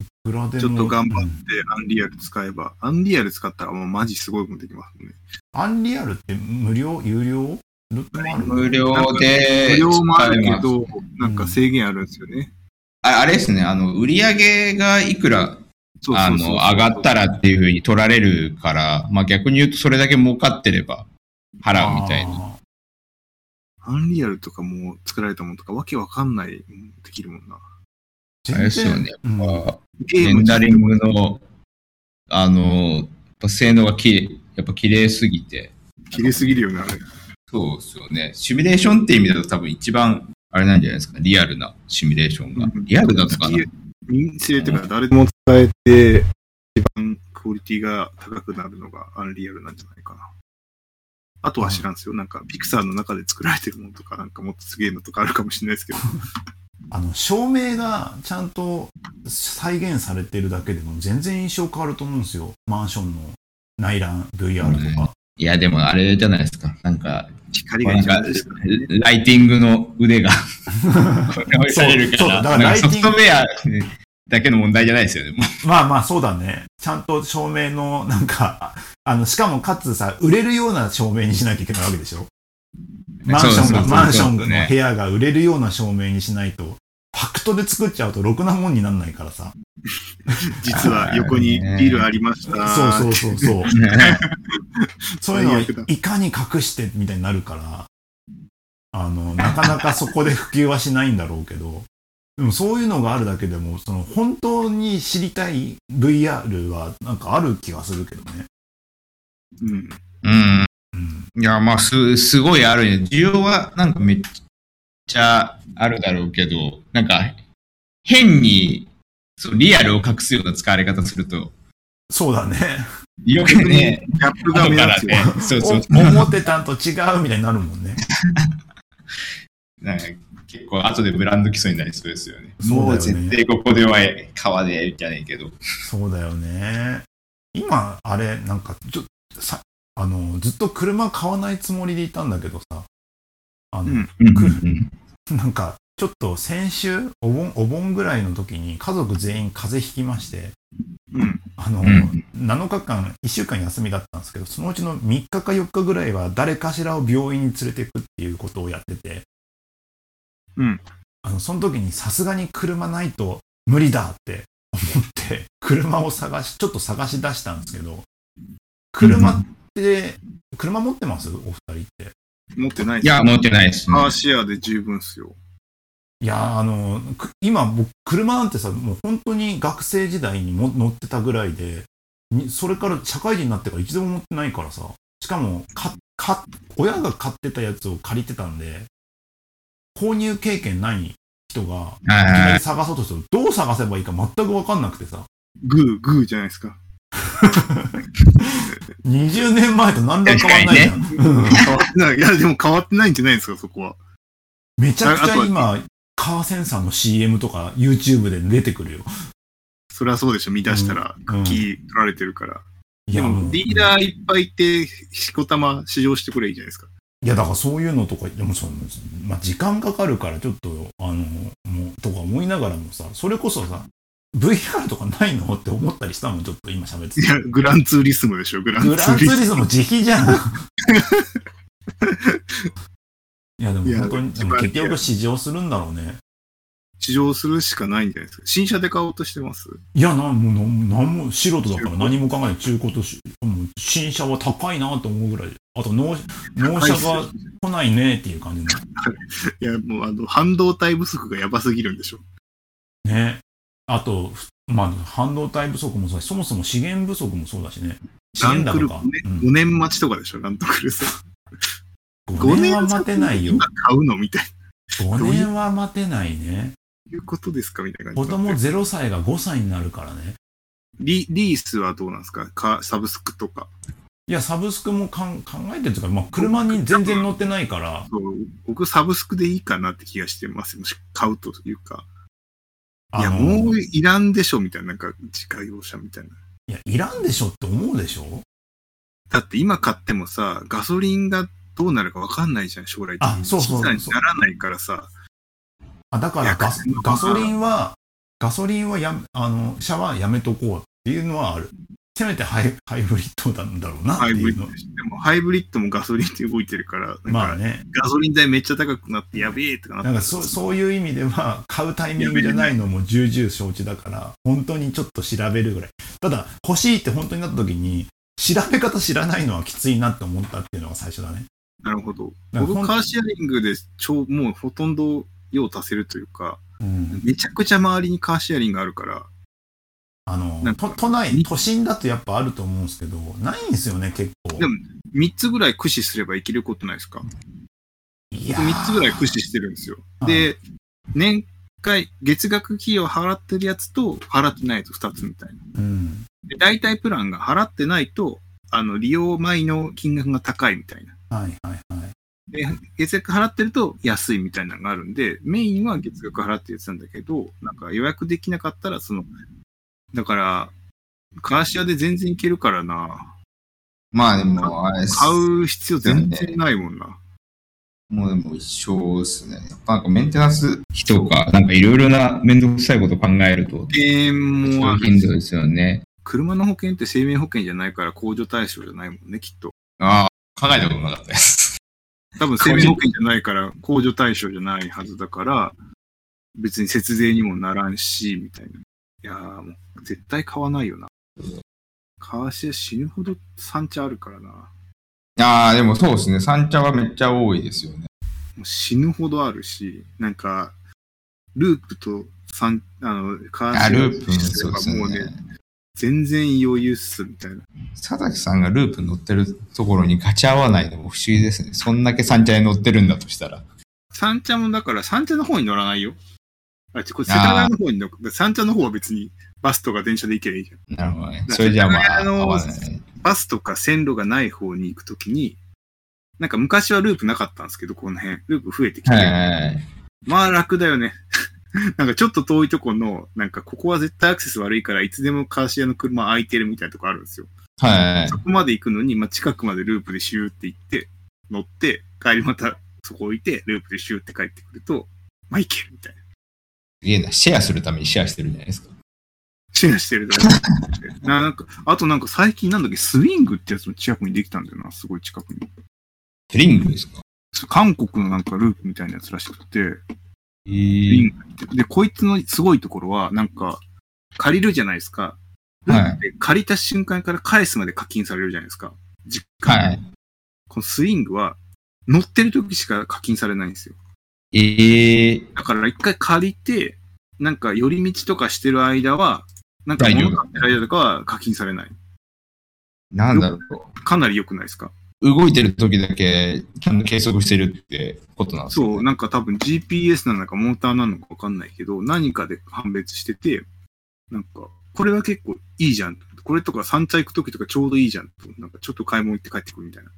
Speaker 1: いくらでも
Speaker 3: ちょっと頑張
Speaker 1: う
Speaker 3: って
Speaker 1: ん
Speaker 3: アンリアル使えば、アンリアル使ったらもうマジすごいもんできますね。
Speaker 1: アンリアルって無料有料ルートもあるの
Speaker 2: 無料で。
Speaker 3: 無料もあるけ
Speaker 2: 使えます
Speaker 3: ど、なんか制限あるんですよね。
Speaker 2: ああれですね、あの、売り上げがいくら、
Speaker 3: そう
Speaker 2: あ
Speaker 3: そ
Speaker 2: の、
Speaker 3: うそう
Speaker 2: 上がったらっていうふうに取られるから、まあ逆に言うとそれだけ儲かってれば払うみたいな。
Speaker 1: あ
Speaker 3: アンリアルとかも作られたものとかわけわかんないうんできるもんな。
Speaker 1: ー
Speaker 2: あ
Speaker 1: 全
Speaker 2: れですよ
Speaker 1: 然
Speaker 2: ね。
Speaker 1: うん
Speaker 2: ま
Speaker 1: う
Speaker 2: あ
Speaker 3: ゲ
Speaker 2: レ
Speaker 3: ーム
Speaker 2: ン
Speaker 3: じ
Speaker 2: ダ
Speaker 3: ゃ
Speaker 2: リングの、あの、やっぱ性能がきれい、やっぱ綺麗すぎて。
Speaker 3: 切れすぎるよね、あれ。
Speaker 2: そうですよね。シミュレーションって意味だと多分一番、あれなんじゃないですか。リアルなシミュレーションが。
Speaker 3: うん
Speaker 2: リアルだとかな。
Speaker 3: 民生とか誰でも使えて、一番クオリティが高くなるのがアンリアルなんじゃないかな。あとは知らんすよ。なんか、ピクサーの中で作られてるものとか、なんかもっとすげえのとかあるかもしれないです けど。
Speaker 1: あの、照明がちゃんと再現されてるだけでも全然印象変わると思うんですよ。マンションの内覧 VR とか。
Speaker 2: いや、でもあれじゃないですか。なんか、
Speaker 3: 光が一番ですからね。
Speaker 2: ライティングの腕が試されるか
Speaker 1: そうそうだ
Speaker 2: ら、
Speaker 1: から
Speaker 2: なん
Speaker 1: ラ
Speaker 2: か
Speaker 1: イティ
Speaker 2: ソ
Speaker 1: ング
Speaker 2: フトウェアだけの問題じゃないですよね。も
Speaker 1: まあまあそうだね。ちゃんと照明のなんか、あの、しかもかつさ、売れるような照明にしなきゃいけないわけでしょマンション
Speaker 2: そうそう
Speaker 1: が、
Speaker 2: そう
Speaker 1: マンション
Speaker 2: そ
Speaker 1: の
Speaker 2: うね
Speaker 1: 部屋が売れるような照明にしないと、ファクトで作っちゃうとろくなもんになんないからさ。
Speaker 3: 実は横にビルありました。
Speaker 1: そうそうそうそう。
Speaker 2: うね
Speaker 1: そういうの
Speaker 3: 最悪だ
Speaker 1: をいかに隠してみたいになるから、あの、なかなかそこで普及はしないんだろうけど、でもそういうのがあるだけでも、その本当に知りたい VR はなんかある気がするけどね。
Speaker 3: うん。
Speaker 2: うん。
Speaker 1: うん。
Speaker 2: いや、まあ、す、すごいあるね。需要は、なんかめっちゃあるだろうけど、なんか、変に、そう、リアルを隠すような使われ方すると、
Speaker 1: そうだね。
Speaker 2: よくね、
Speaker 3: ギャップが
Speaker 2: 後
Speaker 3: 目
Speaker 2: から
Speaker 3: 立つよ。
Speaker 2: ね、そうそう。
Speaker 1: お思ってたんと違うみたいになるもんね。
Speaker 2: なんか結構、後でブランド基礎になりそうですよね。
Speaker 1: そうだよね
Speaker 2: もう絶対ここでは川でやるじゃねえけど。
Speaker 1: そうだよね。今、あれ、なんか、ちょ、さ、あの、ずっと車買わないつもりでいたんだけどさ、あの、
Speaker 3: うん
Speaker 2: うん
Speaker 1: うん
Speaker 2: うん
Speaker 1: なんか、ちょっと先週、お盆、お盆ぐらいの時に家族全員風邪ひきまして、
Speaker 3: うん。
Speaker 1: あの、
Speaker 2: うん
Speaker 1: 7日間、1週間休みだったんですけど、そのうちの3日か4日ぐらいは誰かしらを病院に連れていくっていうことをやってて、
Speaker 3: うん。
Speaker 1: あの、その時にさすがに車ないと無理だって思って、 車を探し、ちょっと探し出したんですけど、車って、車持ってますお二人って。
Speaker 3: 持ってない
Speaker 2: いや、持ってないですね。
Speaker 3: カーシェアで十分っすよ。
Speaker 1: いやーあのく今僕車なんてさもう本当に学生時代にも乗ってたぐらいでにそれから社会人になってから一度も乗ってないからさしかもかか親が買ってたやつを借りてたんで購入経験ない人が
Speaker 2: はい
Speaker 1: いき
Speaker 2: は
Speaker 1: な
Speaker 2: いは
Speaker 1: り
Speaker 2: い
Speaker 1: 探そうとするとどう探せばいいか全く分かんなくてさ
Speaker 3: グー、グーじゃないです か。
Speaker 1: 20年前と何ら変わんないじゃん、うん
Speaker 3: 変わってない。いや、でも変わってないんじゃないですか、そこは。
Speaker 1: めちゃくち
Speaker 3: ああと
Speaker 1: ゃ
Speaker 3: は
Speaker 1: 今カーセンサーの CM とか YouTube で出てくるよ、
Speaker 3: そりゃそうでしょ、見出したら、
Speaker 1: うん、い
Speaker 3: 木取られてるから。で
Speaker 1: やも
Speaker 3: も、
Speaker 1: う
Speaker 3: ディーラーいっぱいいて、しこたま試乗してくればいいじゃないですか。
Speaker 1: いや、だからそういうのとか、でもその、まあ、時間かかるから、ちょっと、あの、もう、とか思いながらもさ、それこそさ、VR とかないのって思ったりしたもん、ちょっと今喋って
Speaker 3: い
Speaker 1: て
Speaker 3: や、グランツーリスムでしょ、グランツ
Speaker 1: グラ
Speaker 3: ー
Speaker 1: ンツ
Speaker 3: リス
Speaker 1: ーリスム直じゃ ん。いや、で
Speaker 3: いや
Speaker 1: も本当に、
Speaker 3: 一
Speaker 1: で
Speaker 3: 番
Speaker 1: も結局試乗するんだろうね。
Speaker 3: 試乗するしかないんじゃないですか。新車で買おうとしてます
Speaker 1: いや、なんもう、なんも、素人だから
Speaker 3: 中古
Speaker 1: 何も考えない。中古とし、もう新車は高いなと思うぐらい。あと納、納車が来ないねっていう感じの。
Speaker 3: いや、もう、あの、半導体不足がやばすぎるんでしょ。
Speaker 1: ね。あと、ふまあ、半導体不足もそうだし、そもそも資源不足もそうだしね。資
Speaker 3: ラン
Speaker 1: 源
Speaker 3: クル
Speaker 1: 高
Speaker 3: ー
Speaker 1: か
Speaker 3: 5。
Speaker 1: うん
Speaker 3: 年待ちとかでしょ、ランドクルーさん。
Speaker 1: 5年は待てないよ
Speaker 3: 今。買うのみたい
Speaker 1: 5年は待てないね。
Speaker 3: な。いうことですかみたいな感
Speaker 1: 子
Speaker 3: じになって
Speaker 1: 供
Speaker 3: る。
Speaker 1: 0歳が5歳になるからね。
Speaker 3: リリースはどうなんですかかサブスクとか。
Speaker 1: いや、サブスクもかん考えてるというか、まあ、車に全然乗ってないから、
Speaker 3: そう僕、サブスクでいいかなって気がしてます。もし買うというか。い
Speaker 1: あ
Speaker 3: や、
Speaker 1: の、
Speaker 3: もういらんでしょみたいな、なんか、自家用車みたいな。
Speaker 1: いや、いらんでしょって思うでしょ
Speaker 3: だって今買ってもさ、ガソリンがどうなるかわかんないじゃん、将来的に。
Speaker 1: あそうそう
Speaker 3: 資産にならないからさ。
Speaker 1: あだか
Speaker 3: い
Speaker 1: ら
Speaker 3: や
Speaker 1: ガス、ガソリンは、ガソリンはや、あの、シャワーやめとこうっていうのはある。せめてハイハイブリッドなんだろうなって
Speaker 3: ハイ
Speaker 1: い
Speaker 3: ブリ
Speaker 1: う
Speaker 3: ッド
Speaker 1: の
Speaker 3: で。しょでも、ハイブリッドもガソリンって動いてるから、なんか、
Speaker 1: まあね。
Speaker 3: ガソリン代めっちゃ高くなって、やべえとかなって。
Speaker 1: なんかそそういう意味で は買うタイミングじゃないのも重々承知だから本当にちょっと調べるぐらいただ欲しいって本当になった時に調べ方知らないのはきついなって思ったっていうのが最初だね
Speaker 3: なるほど。
Speaker 1: なんか
Speaker 3: 僕、
Speaker 1: ほん
Speaker 3: カーシェアリングで超、もうほとんど用足せるというか、
Speaker 1: うん
Speaker 3: めちゃくちゃ周りにカーシェアリングあるから、
Speaker 1: あ
Speaker 3: な
Speaker 1: の
Speaker 3: んか
Speaker 1: 都都内都心だとやっぱあると思うんですけどないんですよね結構
Speaker 3: でも3つぐらい駆使すればいけることないですか
Speaker 1: い
Speaker 3: 僕
Speaker 1: ー
Speaker 3: 3つぐらい駆使してるんですよ。
Speaker 1: はい
Speaker 3: で、年会、月額費用払ってるやつと、払ってないやつ2つみたいな。
Speaker 1: うん
Speaker 3: で、代替プランが払ってないと、あの、利用前の金額が高いみたいな。
Speaker 1: はいはいはい。
Speaker 3: で、月額払ってると安いみたいなのがあるんで、メインは月額払ってやってたんだけど、なんか予約できなかったら、その、だから、カーシェアで全然いけるからな。
Speaker 2: まあでも、あれです
Speaker 3: 買う必要全然ないもんな。
Speaker 2: もうでも一緒ですね。やっぱなんかメンテナンス費とか、なんかいろいろな面倒くさいこと考えると、
Speaker 3: 保険もある
Speaker 2: 頻度ですよね。
Speaker 3: 車の保険って生命保険じゃないから控除対象じゃないもんね、きっと。
Speaker 2: ああ、考えたことなかったです。
Speaker 3: 多分生命保険じゃないから控除対象じゃないはずだから、別に節税にもならんし、みたいな。いやーもう絶対買わないよな。カーシェア死ぬほど産地あるからな。も
Speaker 2: ああ、でもそうですね。三茶はめっちゃ多いですよね。
Speaker 3: う死ぬほどあるし、なんか、ループと産、あの、カー
Speaker 2: あ、
Speaker 3: シェア
Speaker 2: ループン、そうです
Speaker 3: もうね
Speaker 2: ね。、
Speaker 3: 全然余裕っす、みたいな。
Speaker 2: 佐々木さんがループ乗ってるところに勝ち合わないのも不思議ですね。そんだけ三茶に乗ってるんだとしたら。
Speaker 3: 三茶もだから三茶の方に乗らないよ。あ、ちこれ世田谷の方に乗る。三茶の方は別にバスとか電車で行けばいいじゃん。
Speaker 2: なるほどね。それじゃあまあ、
Speaker 3: あの
Speaker 2: 合わない。
Speaker 3: バスとか線路がない方に行くときに、なんか昔はループなかったんですけど、この辺。ループ増えてきて。
Speaker 2: はいはいはい。
Speaker 3: まあ楽だよね。 なんかちょっと遠いとこの、なんかここは絶対アクセス悪いから、いつでもカーシェアの車空いてるみたいなとこあるんですよ。
Speaker 2: はいはい
Speaker 3: そこまで行くのに、まあ近くまでループでシューって行って、乗って、帰りまたそこ置いて、ループでシューって帰ってくると、まあ行けるみたいな。
Speaker 2: すげえな。シェアするためにシェアしてるじゃないですか。
Speaker 3: シェアしてるだ ろうななんか、あとなんか最近なんだっけ、スイングってやつも近くにできたんだよな、すごい近くに。
Speaker 2: スリングですか
Speaker 3: 韓国のなんかループみたいなやつらしくて、
Speaker 2: え
Speaker 3: リンで、こいつのすごいところは、なんか、借りるじゃないですか。
Speaker 2: はい。
Speaker 3: で借りた瞬間から返すまで課金されるじゃないですか。実家
Speaker 2: はい。
Speaker 3: このスイングは、乗ってる時しか課金されないんですよ。
Speaker 2: ええ
Speaker 3: だから一回借りて、なんか寄り道とかしてる間は、なんか
Speaker 2: 大丈夫
Speaker 3: 物買ってる間とかは課金されない。
Speaker 2: なんだろ
Speaker 3: かなり良くないですか
Speaker 2: う。動いてる時だけ、ちゃんと計測してるってことなんですか、
Speaker 3: そう、なんか多分 GPS なのかモーターなのかわかんないけど、何かで判別してて、なんか、これは結構いいじゃん。これとか三茶行くときとかちょうどいいじゃんと。なんかちょっと買い物行って帰ってくるみたいな。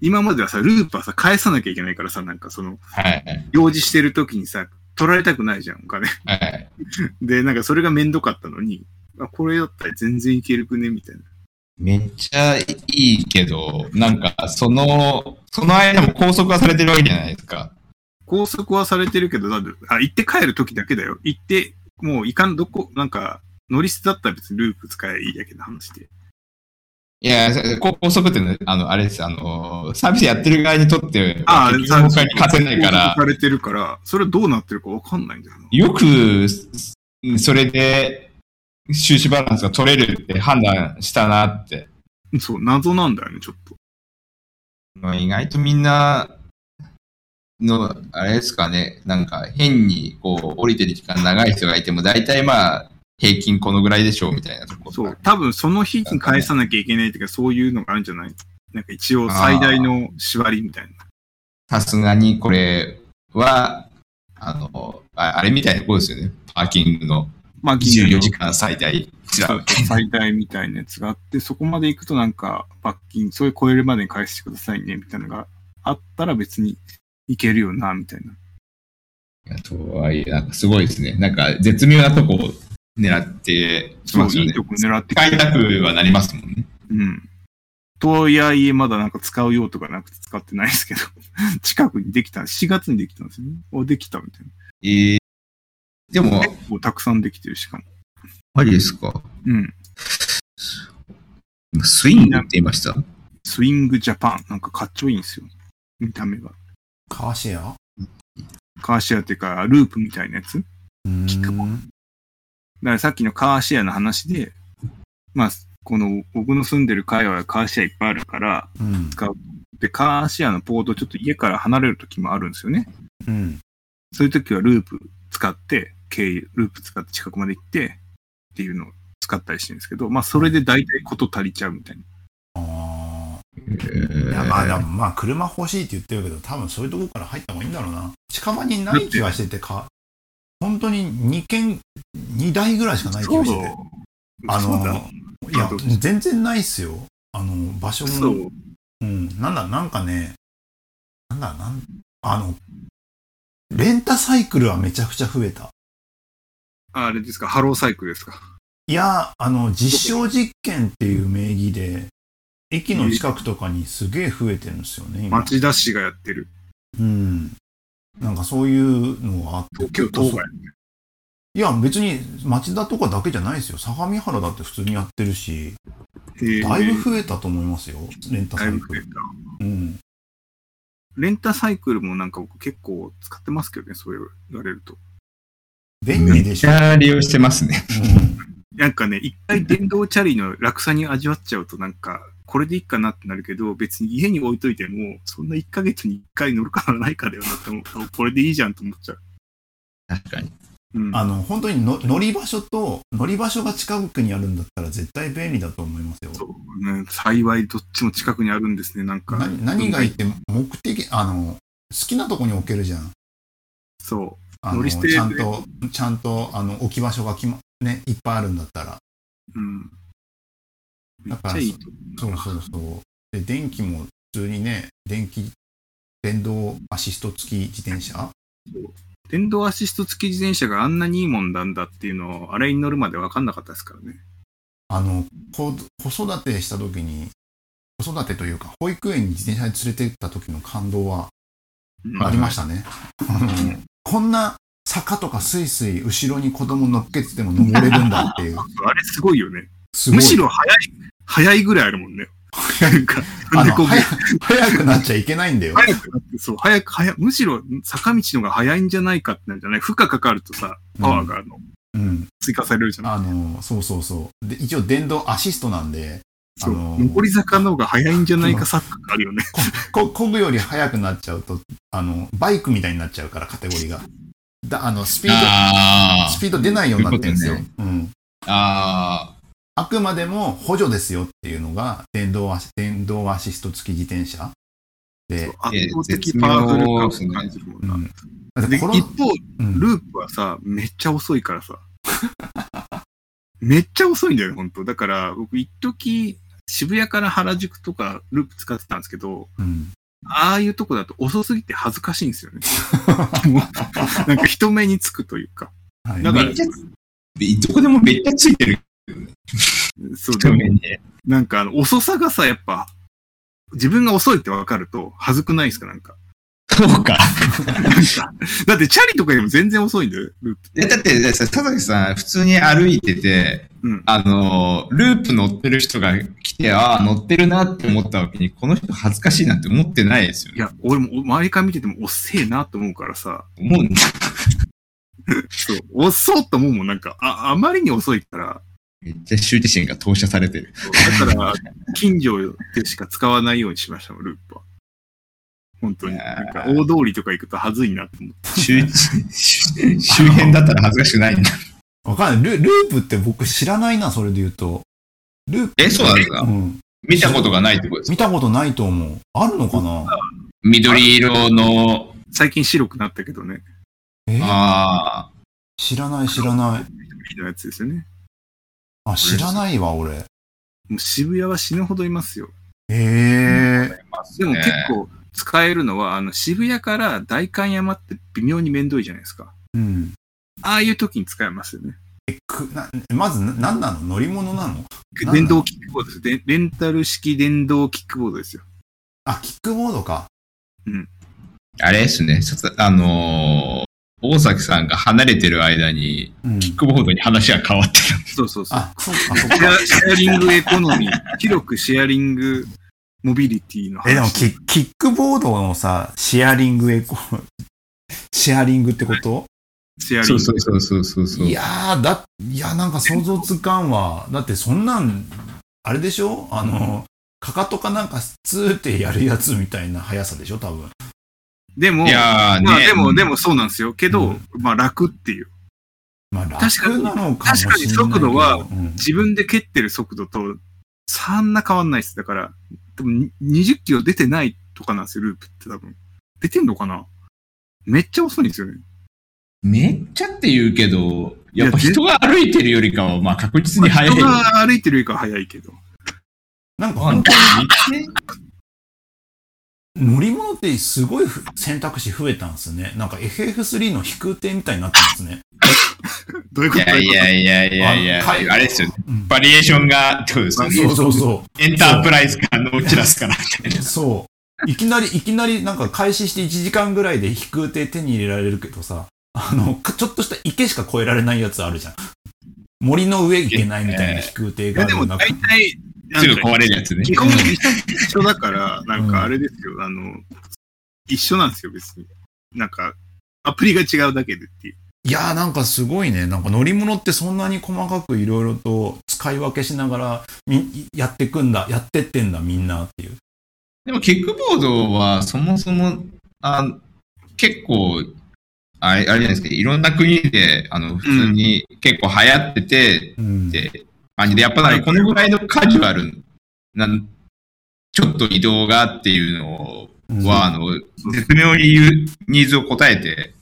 Speaker 3: 今まではさ、ルーパーさ、返さなきゃいけないからさ、なんかその、
Speaker 2: はいはい。
Speaker 3: 用事してるときにさ、取られたくないじゃん、お金。
Speaker 2: はい。
Speaker 3: で、なんかそれがめんどかったのに、あ、これだったら全然いけるくねみたいな。
Speaker 2: めっちゃいいけど、なんか、その、その間も拘束はされてるわけじゃないですか。
Speaker 3: 拘束はされてるけど、だって、あ、行って帰るときだけだよ。行って、もう行かん、どこ、なんか、乗り捨てだったら別にループ使えばいいだけの話で。
Speaker 2: いや、そこ拘束ってのは、あの、あれです、あの、サービスやってる側にとって、
Speaker 3: ああ、
Speaker 2: 結局他に貸せないか
Speaker 3: 拘
Speaker 2: ら
Speaker 3: 束、されてるから、それどうなってるかわかんないんだよな。
Speaker 2: よく、それで、収支バランスが取れるって判断したなって。
Speaker 3: そう、謎なんだよね、ちょっと。
Speaker 2: まあ、意外とみんなの、あれですかね、なんか変にこう降りてる時間長い人がいても、大体まあ、平均このぐらいでしょうみたいなところ。
Speaker 3: そう、多分その日に返さなきゃいけないとか、そういうのがあるんじゃないなんか一応最大の縛りみたいな。
Speaker 2: さすがにこれは、あの、ああれみたいなことですよね。パーキングの
Speaker 3: まあ、
Speaker 2: 24時間最大。違
Speaker 3: そう
Speaker 2: う
Speaker 3: 最大みたいなやつがあって、そこまで行くとなんか罰金、それ超えるまでに返してくださいね、みたいなのがあったら別にいけるよな、みたいな。
Speaker 2: いやとはいえ、なんかすごいですね。なんか絶妙なとこを狙ってき
Speaker 3: そう、
Speaker 2: ますよ
Speaker 3: い
Speaker 2: ね
Speaker 3: い。とこ狙って
Speaker 2: 使いたくはなりますもんね。
Speaker 3: うん。とはいえ、まだなんか使う用途がなくて使ってないですけど、 近くにできた、4月にできたんですよね。お、できたみたい
Speaker 2: えーでも
Speaker 3: な。、結構たくさんできてるしかも。
Speaker 2: マジですか。
Speaker 3: うん。
Speaker 2: 今スイングって言いました。
Speaker 3: スイングジャパン。なんかかっちょいいんですよ。見た目が。
Speaker 1: カーシェア
Speaker 3: カーシェアっていうか、ループみたいなやつ。だか
Speaker 1: うーん
Speaker 3: キックボらさっきのカーシェアの話で、まあ、この僕の住んでる界隈はカーシェアいっぱいあるから、
Speaker 1: うん。
Speaker 3: で、カーシェアのポートちょっと家から離れる時もあるんですよね。
Speaker 1: うん。
Speaker 3: そういう時はループ使って、経由、ループ使って近くまで行って、っていうのを使ったりしてるんですけど、まあそれで大体こと足りちゃうみたいな。
Speaker 1: あ
Speaker 2: えー
Speaker 1: ーいやまあでもまあ車欲しいって言ってるけど多分そういうとこから入った方がいいんだろうな近場にない気がしててか本当に2軒2台ぐらいしかない気がしててあの
Speaker 3: そうだ
Speaker 1: いや全然ないっすよあの場所
Speaker 3: そ
Speaker 1: も
Speaker 3: う。
Speaker 1: うん、なんだ、なんかね、なんだ、なん、あの、レンタサイクルはめちゃくちゃ増えた。
Speaker 3: あれですか、ハローサイクルですか。
Speaker 1: いや、あの、実証実験っていう名義で、駅の近くとかにすげえ増えてるんですよね、今。
Speaker 3: 町田市がやってる。
Speaker 1: うん。なんかそういうのがあって。
Speaker 3: 東京都外。
Speaker 1: いや、別に町田とかだけじゃないですよ。相模原だって普通にやってるし、
Speaker 3: へー
Speaker 1: だいぶ増えたと思いますよ、レンタサ
Speaker 3: だい
Speaker 1: イ
Speaker 3: ぶ
Speaker 1: ク
Speaker 3: 増え
Speaker 1: ル
Speaker 3: た。。
Speaker 1: うん。
Speaker 3: レンタサイクルもなんか僕結構使ってますけどね、そう言われると。
Speaker 1: 便
Speaker 2: め
Speaker 1: 利
Speaker 2: っ
Speaker 1: でし
Speaker 2: ち
Speaker 1: ょ。
Speaker 2: ゃ利用してますね。
Speaker 1: うん
Speaker 3: なんかね、一回電動チャリの楽さに味わっちゃうとなんか、これでいいかなってなるけど、別に家に置いといても、そんな1ヶ月に1回乗るか乗らないかだよなって思うと、これでいいじゃんと思っちゃう。
Speaker 2: 確かに。
Speaker 3: うん。
Speaker 1: あの、本当にの乗り場所と、乗り場所が近くにあるんだったら絶対便利だと思いますよ。
Speaker 3: そうね、幸いどっちも近くにあるんですね、なんか。
Speaker 1: 何何がいいって、目的、あの、好きなとこに置けるじゃん。
Speaker 3: そ
Speaker 1: あ
Speaker 3: 乗
Speaker 1: の
Speaker 3: り
Speaker 1: ち
Speaker 3: 捨て
Speaker 1: ゃんと、ちゃんと、あの、置き場所がき、ま、ね、いっぱいあるんだったら。
Speaker 3: う。うん。め
Speaker 1: だ
Speaker 3: っ
Speaker 1: か
Speaker 3: ち
Speaker 1: ら
Speaker 3: ゃいいと
Speaker 1: そうそうそう。で、電気も普通にね、電気、電動アシスト付き自転車
Speaker 3: 電動アシスト付き自転車があんなにいいもんなんだっていうのを、あれに乗るまで分かんなかったですからね。
Speaker 1: あの、こ子育てした時に、子育てというか、保育園に自転車で連れて行った時の感動は
Speaker 3: うん
Speaker 1: ありましたね。あのこんな坂とかスイスイ後ろに子供乗っけてても登れるんだっていう。
Speaker 3: あれすごいよね。
Speaker 1: すごい
Speaker 3: むしろ早い、早いぐらいあるもんね。なんか、
Speaker 1: あの
Speaker 3: 猫が
Speaker 1: 早く早くなっちゃいけないんだよ。
Speaker 3: 早くなって、そう、早く、早く、むしろ坂道の方が早いんじゃないかってなるじゃない負荷かかるとさ、パワーがあの、
Speaker 1: うん。
Speaker 3: 追加されるじゃない
Speaker 1: あの、そうそうそう。で、一応電動アシストなんで、
Speaker 3: そう、
Speaker 1: あのー
Speaker 3: 上り坂の方が早いんじゃないか錯覚あるよね。
Speaker 1: こ、こぐより速くなっちゃうと、あの、バイクみたいになっちゃうから、カテゴリーが。だ、あの、スピード、
Speaker 2: あ
Speaker 1: スピード出ないようになってるんですよ。
Speaker 2: そういう
Speaker 1: うん。
Speaker 2: あ。あ
Speaker 1: あくまでも補助ですよっていうのが、電動アシ、電動アシスト付き自転車。で、
Speaker 3: 圧倒的パワフル感を感じるもん
Speaker 1: う
Speaker 3: な。
Speaker 1: ん。だって
Speaker 3: で、一
Speaker 1: コロ
Speaker 3: 方、
Speaker 1: うん
Speaker 3: ループはさ、めっちゃ遅いからさ。 めっちゃ遅いんだよね、本当だから、僕、一時渋谷から原宿とかループ使ってたんですけど、
Speaker 1: うん。
Speaker 3: ああいうとこだと遅すぎて恥ずかしいんで すよね。もうなんか人目につくというか。
Speaker 1: はい。
Speaker 3: だ
Speaker 2: あ。
Speaker 3: から
Speaker 2: めっちゃ、どこでもめっちゃついてる
Speaker 3: そう
Speaker 2: 人
Speaker 3: でも
Speaker 2: 目に。
Speaker 3: なんかあの遅さがさ、やっぱ、自分が遅いってわかると恥ずくないですかなんか。
Speaker 2: そうか。
Speaker 3: なんかだってチャリとかよりも全然遅いんだよ、ループ。
Speaker 2: えだって、だってさ田崎さん、普通に歩いてて、
Speaker 3: うん。
Speaker 2: あのー、ループ乗ってる人が来て、ああ、乗ってるなって思ったわけに、この人恥ずかしいなんて思ってないですよ
Speaker 3: い
Speaker 2: ね。
Speaker 3: や、俺も周りから見てても遅えなと思うからさ、
Speaker 2: 思うんだ。
Speaker 3: そう、遅っと思うもん、なんか、あ、あまりに遅いから、
Speaker 2: めっちゃ羞恥心が投射されてる。
Speaker 3: そうだから、近所でしか使わないようにしましたもん、ループは。本当に。
Speaker 2: いや
Speaker 3: なん
Speaker 2: ー
Speaker 3: か、大通りとか行くと恥ずいなって思って
Speaker 2: 周周周辺だったら恥ずかしくないんだ。
Speaker 1: わかんない。ル、ループって僕知らないな、それで言うと。ループ
Speaker 2: え、そうなんです
Speaker 1: う
Speaker 2: か
Speaker 1: ん。
Speaker 2: 見たことがないってことです
Speaker 1: 見
Speaker 2: か
Speaker 1: たことないと思う。あるのかな
Speaker 2: 緑色の、
Speaker 3: 最近白くなったけどね、
Speaker 1: え
Speaker 2: ああ、
Speaker 1: 知らない、知らない。
Speaker 3: 緑のやつですよね。
Speaker 1: あ、知らないわ、俺。
Speaker 3: もう渋谷は死ぬほどいますよ。
Speaker 1: ええ
Speaker 3: でも結構使えるのは、あの渋谷から代官山って微妙に面倒いじゃないですか。
Speaker 1: うん。
Speaker 3: ああいう時に使えますよね。
Speaker 1: くなまずな、何なの乗り物なのなんだ
Speaker 3: 電動キックボードです。でレンタル式電動キックボードですよ。
Speaker 1: あ、キックボードか。
Speaker 2: あれですね。ささあのー大崎さんが離れてる間に、
Speaker 1: うん。
Speaker 2: キックボードに話が変わってる。
Speaker 3: そうそうそう。
Speaker 1: あ、そうか、そう
Speaker 3: シェ
Speaker 1: か。
Speaker 3: アシェアリングエコノミー、広くシェアリングモビリティの話。
Speaker 1: え、でもキ、キックボードのさ、シェアリングエコ、 シェアリングってこと
Speaker 3: シェアリ
Speaker 2: そ
Speaker 3: ン
Speaker 2: う
Speaker 3: グ。
Speaker 2: そうそうそうそうそう。
Speaker 1: いやー、だ、いや、なんか想像つかんわ。だってそんなん、あれでしょあの、かかとかなんか、ツーってやるやつみたいな速さでしょ多分。
Speaker 3: でも、
Speaker 2: いやーね。
Speaker 3: まあでも、でもそうなんですよ。け
Speaker 1: う
Speaker 3: ど、
Speaker 1: ん
Speaker 3: まあ楽っていう。
Speaker 1: まあ、
Speaker 3: 確か
Speaker 1: 楽
Speaker 3: に
Speaker 1: なのかもしれないけど。
Speaker 3: 確かに速度は
Speaker 1: うん
Speaker 3: 自分で蹴ってる速度と、そんな変わんないです。だから、多分に20キロ出てないとかなんですよ、ループって多分。出てんのかなめっちゃ遅いんですよね。
Speaker 2: めっちゃって言うけど、
Speaker 3: いや
Speaker 2: やっぱ人が歩いてるよりかは、まあ確実に速い。
Speaker 3: 人が歩いてるよりかは早いけど。
Speaker 1: なんか
Speaker 2: まあ
Speaker 1: 本当に、乗り物ってすごいふ選択肢増えたんですね。なんか FF3 の飛空艇みたいになってますね。
Speaker 3: どういう
Speaker 2: い
Speaker 3: こと
Speaker 2: やいやいやいやいや、
Speaker 1: あはい
Speaker 2: あれですよね。
Speaker 1: うん
Speaker 2: バリエーションがってことですよ
Speaker 1: あ
Speaker 2: ね。
Speaker 1: そうそうそ
Speaker 2: エンタープライズかノーチラスかなみたいな
Speaker 1: う。。そう。いきなり、いきなりなんか開始して1時間ぐらいで飛空艇手に入れられるけどさ、あの、かちょっとした池しか越えられないやつあるじゃん。森の上行けないみたいな飛空艇
Speaker 3: い
Speaker 1: が
Speaker 3: や
Speaker 1: あ
Speaker 3: で
Speaker 1: る
Speaker 3: も
Speaker 1: 中
Speaker 3: 大体、なん
Speaker 2: す
Speaker 3: か
Speaker 2: ぐ壊れるやつね。
Speaker 3: 基本一緒だから、なんかあれですよ、あの、一緒なんですよ、別に。なんか、アプリが違うだけでっていう。
Speaker 1: いやーなんかすごいね。なんか乗り物ってそんなに細かくいろいろと使い分けしながらみやってくんだ、やってってんだみんなっていう。
Speaker 2: でもキックボードはそもそも、あ結構、あれあれじゃないですか、いろんな国で、あの、普通に結構流行ってて、
Speaker 1: うん
Speaker 2: で、あでやっぱなんかこのぐらいのカジュアルなん、ちょっと移動がっていうのは、あの、絶妙に言うニーズを答えて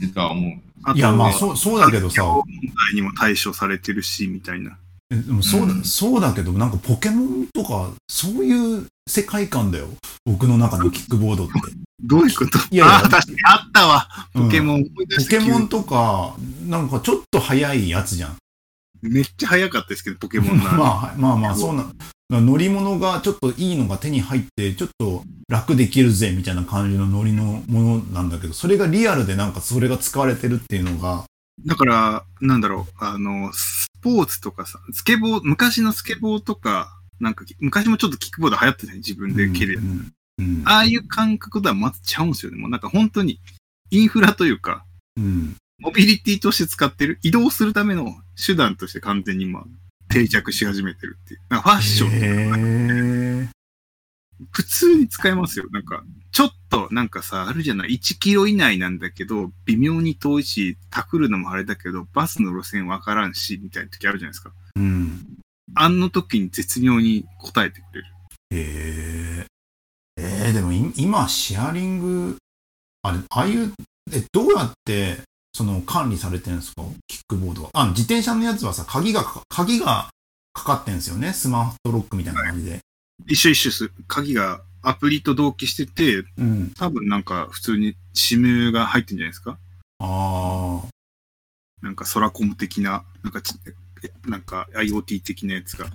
Speaker 2: るとは思う。
Speaker 3: あ
Speaker 1: いや、まあそう、そうだけどさ、
Speaker 3: 環境問題にも対処されてるし、みたいな。
Speaker 1: えでもそうだ、
Speaker 2: うん
Speaker 1: そうだけど、なんかポケモンとか、そういう世界観だよ。僕の中のキックボードって。
Speaker 3: どういうこと
Speaker 1: いやいや
Speaker 3: あ、確かにあったわ。ポケ
Speaker 1: ン。
Speaker 3: モン思い出
Speaker 1: ポ
Speaker 3: し
Speaker 1: ケ
Speaker 3: て急
Speaker 1: モ
Speaker 3: に
Speaker 1: ンとか、なんかちょっと早いやつじゃん。
Speaker 3: めっちゃ早かったですけど、ポケモ ン
Speaker 1: まあ
Speaker 3: な。
Speaker 1: はい、まあまあ、そうな。だから乗り物がちょっといいのが手に入って、ちょっと楽できるぜ、みたいな感じの乗りのものなんだけど、それがリアルでなんかそれが使われてるっていうのが、
Speaker 3: だから、なんだろう、あの、スポーツとかさ、スケボー、昔のスケボーとか、なんか、昔もちょっとキックボード流行ってたね、自分で蹴るやつ。
Speaker 1: うんうん
Speaker 3: ああいう感覚とはまたちゃうんですよね。もうなんか本当に、インフラというか、
Speaker 1: うん
Speaker 3: モビリティとして使ってる、移動するための手段として完全に今、定着し始めてるっていう。なんかファッションとか
Speaker 1: へえ。
Speaker 3: 普通に使えますよ。なんか、ちょっとなんかさ、あるじゃない、1キロ以内なんだけど、微妙に遠いし、タクるのもあれだけど、バスの路線わからんし、みたいな時あるじゃないですか。
Speaker 1: うん。
Speaker 3: あの時に絶妙に答えてくれる。
Speaker 1: へえ。えー、でもい今、シェアリング、あれ、ああいう、え、どうやって、その管理されてるんですかキックボードは。あ、自転車のやつはさ、鍵がか、鍵がかかってんですよね。スマートロックみたいな感じで。
Speaker 3: 一緒一緒す、鍵がアプリと同期してて、
Speaker 1: うん。
Speaker 3: 多分なんか普通に SIM が入ってんじゃないですか
Speaker 1: ああ。
Speaker 3: なんかソラコム的な、なんかち、えなんか IoT 的なやつが。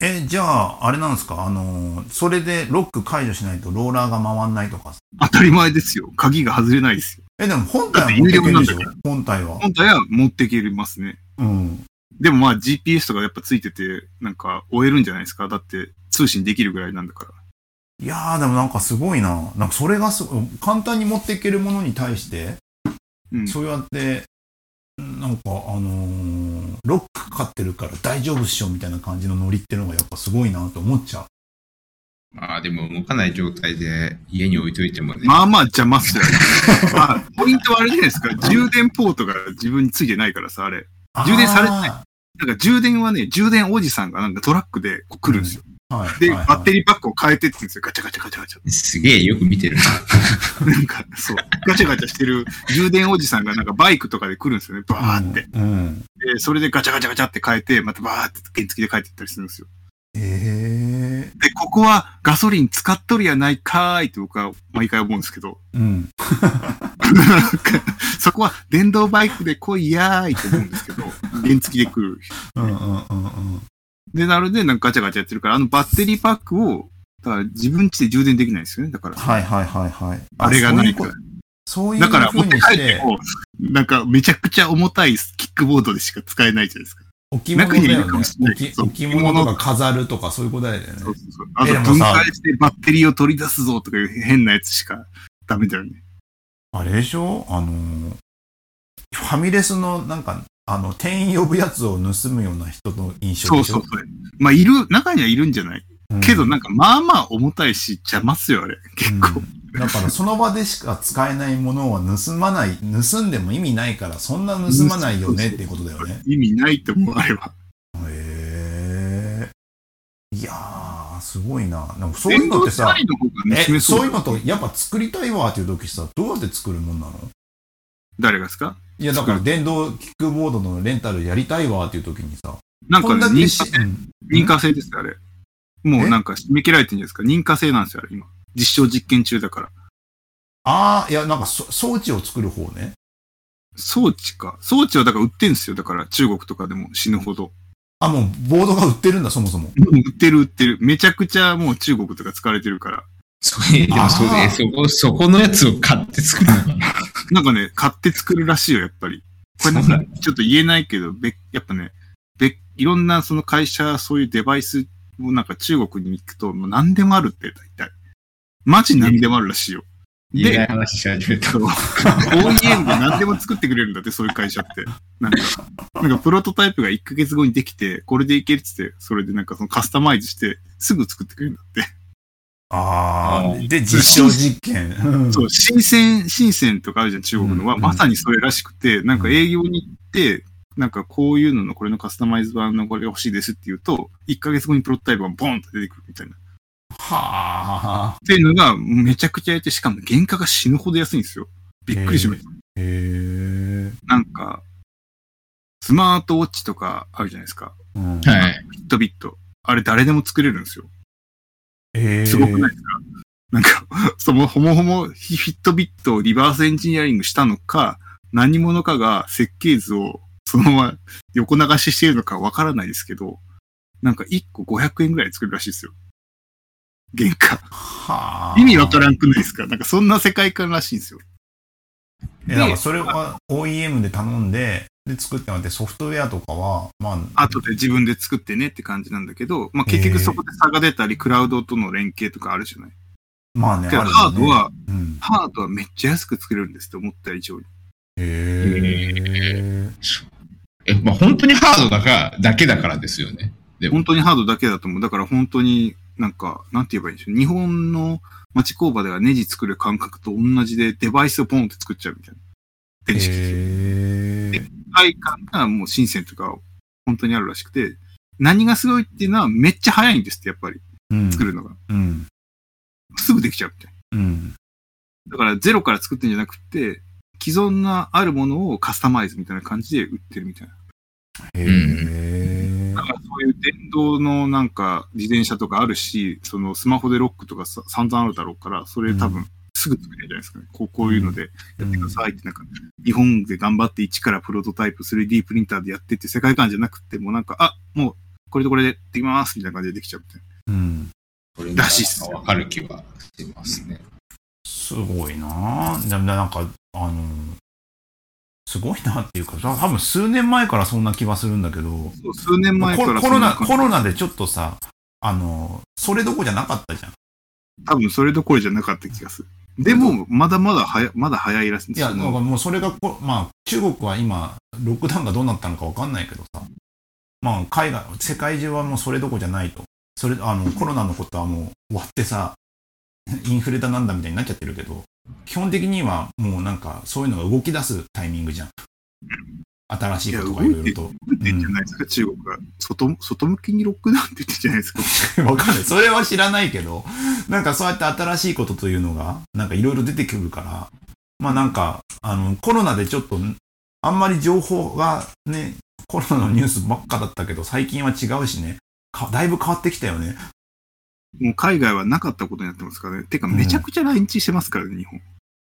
Speaker 1: え、じゃあ、あれなんですかあのー、それでロック解除しないとローラーが回んないとか。
Speaker 3: 当たり前ですよ。鍵が外れないですよ。
Speaker 1: え、でも本体は持っていけるでしょ
Speaker 3: だって有料
Speaker 1: 本体は。
Speaker 3: 本体は持っていけますね。
Speaker 1: うん。
Speaker 3: でもまあ GPS とかやっぱついてて、なんか終えるんじゃないですかだって通信できるぐらいなんだから。
Speaker 1: いやー、でもなんかすごいな。なんかそれがすごい簡単に持っていけるものに対して、
Speaker 3: うん。
Speaker 1: そうやって、なんか、あのーロックかかってるから大丈夫っしょみたいな感じのノリってのがやっぱすごいなと思っちゃう。
Speaker 2: まあでも動かない状態で家に置いといてもね。
Speaker 3: まあまあ邪魔っすよね。まあ、ポイントはあれじゃないですか。充電ポートが自分についてないからさ、あれ。充電されてない
Speaker 1: あ
Speaker 3: なんか充電はね、充電おじさんがなんかトラックでこう来るんですよ。
Speaker 1: ーはい。
Speaker 3: で、
Speaker 1: はいはい
Speaker 3: バッテリーパックを変えてってんですよ。ガチャガチャガチャガチャ。
Speaker 2: すげえよく見てるな。
Speaker 3: なんか、そう。ガチャガチャしてる充電おじさんがなんかバイクとかで来るんですよね。バーって。
Speaker 1: うん。うん
Speaker 3: で、それでガチャガチャガチャって変えて、またバーって原付で帰ってったりするんですよ。
Speaker 1: え
Speaker 3: で、ここはガソリン使っとるやないかーいって僕は毎回思うんですけど、
Speaker 1: ー、うん。
Speaker 3: なんかそこは電動バイクで来いやーいって思う んですけど、原付で来る。
Speaker 1: うんうんうんうん。
Speaker 3: で、なるでなんかガチャガチャやってるから、あのバッテリーパックを、だから自分家で充電できないんですよね。だから、
Speaker 1: はいはいはいはい。
Speaker 3: あれがないから。
Speaker 1: そういう
Speaker 3: だから
Speaker 1: ふ
Speaker 3: 持っ
Speaker 1: う
Speaker 3: て
Speaker 1: に
Speaker 3: 帰
Speaker 1: し
Speaker 3: って
Speaker 1: て、
Speaker 3: も、なんかめちゃくちゃ重たいキックボードでしか使えないじゃないですか。
Speaker 1: 置物だ
Speaker 3: 中にはい
Speaker 1: よ
Speaker 3: るかも
Speaker 1: ね
Speaker 3: しれないけど
Speaker 1: 置き置物とか飾るとかそういうことだよね。
Speaker 3: そうそうそうあ
Speaker 1: え
Speaker 3: と
Speaker 1: でも
Speaker 3: 分
Speaker 1: さ
Speaker 3: 解してバッテリーを取り出すぞとかいう変なやつしかダメだよね。
Speaker 1: あれでしょあのー、ファミレスのなんか、あの、店員呼ぶやつを盗むような人の印象
Speaker 3: そう
Speaker 1: でしょ
Speaker 3: そうそう。まあ、いる、中にはいるんじゃない
Speaker 1: うん
Speaker 3: けどなんかまあまあ重たいし邪魔っすよあれ結構、
Speaker 1: うんだからその場でしか使えないものは盗まない、盗んでも意味ないから、そんな盗まないよねっていうことだよね。
Speaker 3: 意味ないと思うあれは
Speaker 1: へえ。いやー、すごいな。なんかそういう
Speaker 3: 電
Speaker 1: のっ
Speaker 3: 動
Speaker 1: てさ
Speaker 3: サイ、の方が
Speaker 1: え、
Speaker 3: 盗めそう
Speaker 1: そういうのとやっぱ作りたいわっていう時さ、どうやって作るもんなの
Speaker 3: 誰がですか
Speaker 1: いや、だから電動キックボードのレンタルやりたいわっていう時にさ、
Speaker 3: なん
Speaker 1: こ
Speaker 3: か
Speaker 1: ん
Speaker 3: ね
Speaker 1: だけ
Speaker 3: 認
Speaker 1: し
Speaker 3: 可制
Speaker 1: うん
Speaker 3: 認可制ですよあれもうなんか締め切られてるんじゃないですか認可制なんですよあれ今実証実験中だから。
Speaker 1: ああ、いや、なんかそ装置を作る方ね。
Speaker 3: 装置か。装置はだから売ってんすよ。だから中国とかでも死ぬほど。
Speaker 1: あ、もうボードが売ってるんだ、そもそも。
Speaker 3: 売ってる売ってる。めちゃくちゃもう中国とか疲れてるから。
Speaker 2: そういでもそう
Speaker 1: あー
Speaker 2: で、そこ、そこのやつを買って作るのかな。
Speaker 3: なんかね、買って作るらしいよ、やっぱり。これなん
Speaker 2: そうな
Speaker 3: かちょっと言えないけど、べやっぱね、べいろんなその会社、そういうデバイスをなんか中国に行くと、もう何でもあるって、大体。マジ何でもあるらしいよ。
Speaker 2: 意外
Speaker 3: で
Speaker 2: な、話し始めた
Speaker 3: そ。う OEM が何でも作ってくれるんだって、そういう会社って。なんか、なんかプロトタイプが1ヶ月後にできて、これでいけるっつって、それでなんかそのカスタマイズして、すぐ作ってくれるんだって。
Speaker 1: ああ、
Speaker 2: あ
Speaker 1: で、実証実験。うん
Speaker 3: そう、深鮮、深鮮とかあるじゃん、中国のは。
Speaker 1: うん
Speaker 3: まさにそれらしくて、なんか営業に行って、なんかこういうののこれのカスタマイズ版のこれが欲しいですって言うと、1ヶ月後にプロトタイプがボンと出てくるみたいな。っ
Speaker 1: はあ。
Speaker 3: ていうのがめちゃくちゃやって、しかも原価が死ぬほど安いんですよ。びっくりしました。
Speaker 1: へえ。
Speaker 3: なんか、スマートウォッチとかあるじゃないですか。
Speaker 1: うん
Speaker 2: はい。
Speaker 3: ビットビット。あれ誰でも作れるんですよ。
Speaker 1: へえ。
Speaker 3: すごくないですか、なんか、そのほもほもヒフィットビットをリバースエンジニアリングしたのか、何者かが設計図をそのまま横流ししているのかわからないですけど、なんか1個500円ぐらいで作るらしいですよ。原価。
Speaker 1: はあ。
Speaker 3: 意味わからんくないですかなんかそんな世界観らしいんですよ。
Speaker 1: え、
Speaker 3: で
Speaker 1: なんかそれは OEM で頼んで、で作ってもらって、ソフトウェアとかは、まあ、
Speaker 3: 後で自分で作ってねって感じなんだけど、まあ結局そこで差が出たり、クラウドとの連携とかあるじゃない。
Speaker 1: まあね、
Speaker 3: けど
Speaker 1: あるよね
Speaker 3: ハードは、
Speaker 1: うん。
Speaker 3: ハードはめっちゃ安く作れるんですって思った以上に。
Speaker 1: へえ。
Speaker 2: え、まあ、本当にハードだか、だけだからですよね。でも
Speaker 3: 本、当にハードだけだと思う。だから本当になんか、なんて言えばいいんでしょう。日本の町工場ではネジ作る感覚と同じでデバイスをポンって作っちゃうみたいな。電子機器。
Speaker 1: へえ。
Speaker 3: 体感がもう深センとか本当にあるらしくて、何がすごいっていうのはめっちゃ早いんですって、やっぱり
Speaker 1: うん
Speaker 3: 作るのが。
Speaker 1: うん。
Speaker 3: すぐできちゃうみたい
Speaker 1: うん。
Speaker 3: な。だからゼロから作ってんじゃなくて、既存のあるものをカスタマイズみたいな感じで売ってるみたいな。
Speaker 1: へえ
Speaker 3: だ。からそういう電動のなんか自転車とかあるし、そのスマホでロックとかさ散々あるだろうから、それ多分すぐ作れるんじゃないですかね。こうこういうのでやってくださいって、なんか、日本で頑張って一からプロトタイプ 3D プリンターでやってって世界観じゃなくて、もうなんか、あ、もうこれとこれでできますみたいな感じでできちゃうみたいな。
Speaker 1: うん。
Speaker 2: これ
Speaker 3: らしいっす
Speaker 2: わかる気はしますね。
Speaker 1: すごいなぁ。でもなんか、あの、すごいなっていうか、た多分数年前からそんな気はするんだけど、
Speaker 3: そう数年前
Speaker 1: コ
Speaker 3: か
Speaker 1: ロ
Speaker 3: ら
Speaker 1: コロナ、
Speaker 3: そんな感じ
Speaker 1: コロナでちょっとさ、あの、それどこじゃなかったじゃん。
Speaker 3: 多分それどころじゃなかった気がする。でも、まだまだ早い、まだ早いらしいん
Speaker 1: い
Speaker 3: です
Speaker 1: や、
Speaker 3: そ
Speaker 1: なん
Speaker 3: の
Speaker 1: かもうそれがこ、まあ、中国は今、ロックダウンがどうなったのかわかんないけどさ、まあ、海外、世界中はもうそれどこじゃないと。それ、あの、コロナのことはもう終わってさ、インフレだなんだみたいになっちゃってるけど、基本的にはもうなんか、そういうのが動き出すタイミングじゃん。新しいことがいろいろと。
Speaker 3: なんて言ってんじゃないですか、中国が。外、外向きにロックダウンって言ってんじゃないですか。
Speaker 1: わかんない。それは知らないけど、なんかそうやって新しいことというのが、なんかいろいろ出てくるから、まあなんか、あの、コロナでちょっと、あんまり情報がね、コロナのニュースばっかだったけど、最近は違うしね、かだいぶ変わってきたよね。
Speaker 3: もう海外はなかったことになってますからね。てか、めちゃくちゃ来日してますからね、日本。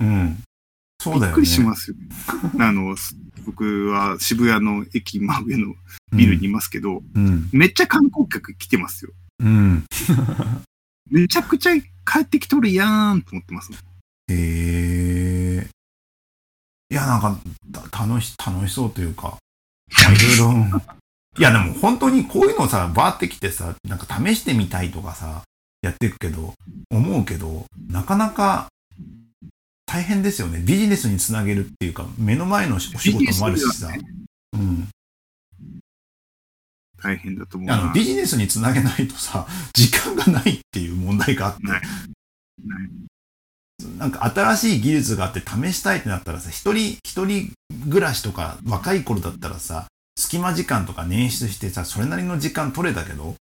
Speaker 1: うん。そうだ
Speaker 3: びっ
Speaker 1: よね。
Speaker 3: くりしま すよ。あの、す僕は渋谷の駅真上のビルにいますけど、
Speaker 1: うん。
Speaker 3: めっちゃ観光客来てますよ。
Speaker 1: うん。
Speaker 3: めちゃくちゃ帰ってきとるやーんと思ってますもん。
Speaker 1: へえ。いや、なんか、た楽し、楽しそうというか、まあいろいろうん、いや、でも本当にこういうのさ、バーってきてさ、なんか試してみたいとかさ、やっていくけど、思うけど、なかなか大変ですよね。ビジネスにつなげるっていうか、目の前のお仕事もあるしさ。
Speaker 3: ビジネスにはね
Speaker 1: うん、
Speaker 3: 大変だと思う
Speaker 1: あの
Speaker 3: な。
Speaker 1: ビジネスにつなげないとさ、 時間がないっていう問題があって、
Speaker 3: ないない
Speaker 1: なんか新しい技術があって試したいってなったらさ、一人、一人暮らしとか若い頃だったらさ、隙間時間とか捻出してさ、それなりの時間取れたけど、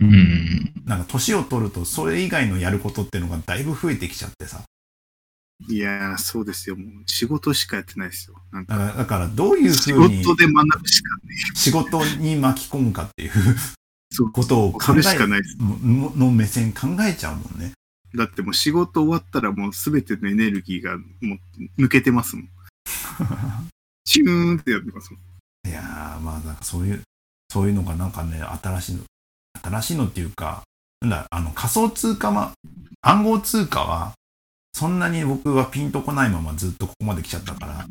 Speaker 2: うん。
Speaker 1: なんか年を取るとそれ以外のやることっていうのがだいぶ増えてきちゃってさ、
Speaker 3: いやー、そうですよ。もう仕事しかやってないですよ。なん
Speaker 1: だ
Speaker 3: か
Speaker 1: からだからどういう
Speaker 3: 仕
Speaker 1: ふうに
Speaker 3: 事で学ぶしかね。
Speaker 1: 仕事に巻き込むかっていう
Speaker 3: そう
Speaker 1: ことを考
Speaker 3: それし
Speaker 1: え
Speaker 3: かないです。
Speaker 1: のの目線考えちゃうもんね。
Speaker 3: だってもう仕事終わったらもう全てのエネルギーがもう抜けてます もん。チューンってやってますもん。
Speaker 1: いやー、まあ、なんかそういう、そういうのがなんかね、新しいの、新しいのっていうか、なんだ、あの、仮想通貨は、暗号通貨は、そんなに僕はピンとこないままずっとここまで来ちゃったから、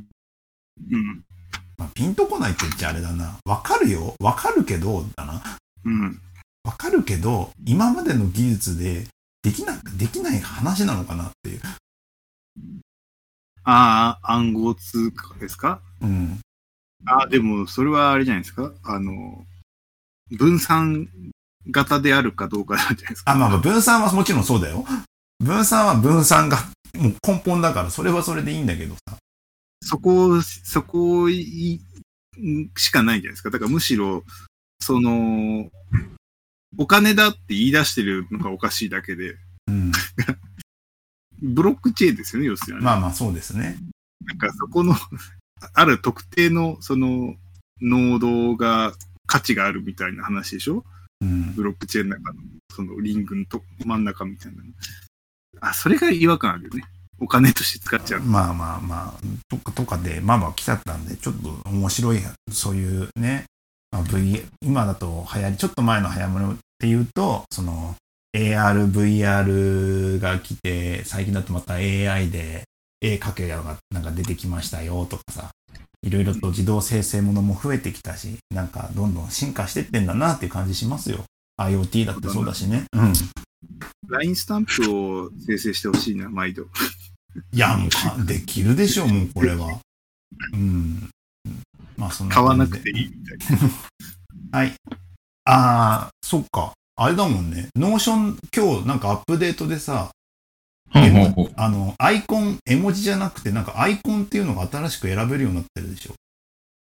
Speaker 3: うん。
Speaker 1: まあ、ピンとこないって言っちゃあれだな。わかるよ。わかるけど、だな。
Speaker 3: うん。
Speaker 1: わかるけど、今までの技術で、できな、できない話なのかなっていう。
Speaker 3: ああ、暗号通貨ですか
Speaker 1: うん。
Speaker 3: ああ、でもそれはあれじゃないですかあの、分散型であるかどうかなんじゃないですか
Speaker 1: あ、まあまあ、分散はもちろんそうだよ。分散は分散が、もう根本だから、それはそれでいいんだけどさ。
Speaker 3: そこを、そこをいんしかないんじゃないですか。だからむしろ、その、お金だって言い出してるのがおかしいだけで、
Speaker 1: うん。
Speaker 3: ブロックチェーンですよね、要するに。
Speaker 1: まあまあ、そうですね。
Speaker 3: なんかそこの、ある特定の、その、濃度が価値があるみたいな話でしょ
Speaker 1: うん。
Speaker 3: ブロックチェーンの中の、そのリングのと真ん中みたいな。あ、それが違和感あるよね。お金として使っちゃう。
Speaker 1: まあまあまあ、とかとかで、まあまあ来ちゃったんで、ちょっと面白い、そういうね、まあ、v、今だと流行り、ちょっと前の流行りのっていうと、その AR、VR が来て、最近だとまた AI で絵描けやがなんか出てきましたよとかさ、いろいろと自動生成ものも増えてきたし、なんかどんどん進化してってんだなっていう感じしますよ。IoT だってそうだしね。うん。
Speaker 3: LINE スタンプを生成してほしいな、毎度。
Speaker 1: いや、もうか、できるでしょ、もうこれは。うん。まあ、そんな
Speaker 3: 買わ
Speaker 1: 感
Speaker 3: な
Speaker 1: じで
Speaker 3: くていいみたいな。
Speaker 1: はい。あー、そっか。あれだもんね。ノーション、今日なんかアップデートでさ、
Speaker 2: ほうほうほう。
Speaker 1: あの、アイコン、絵文字じゃなくて、なんかアイコンっていうのが新しく選べるようになってるでしょ。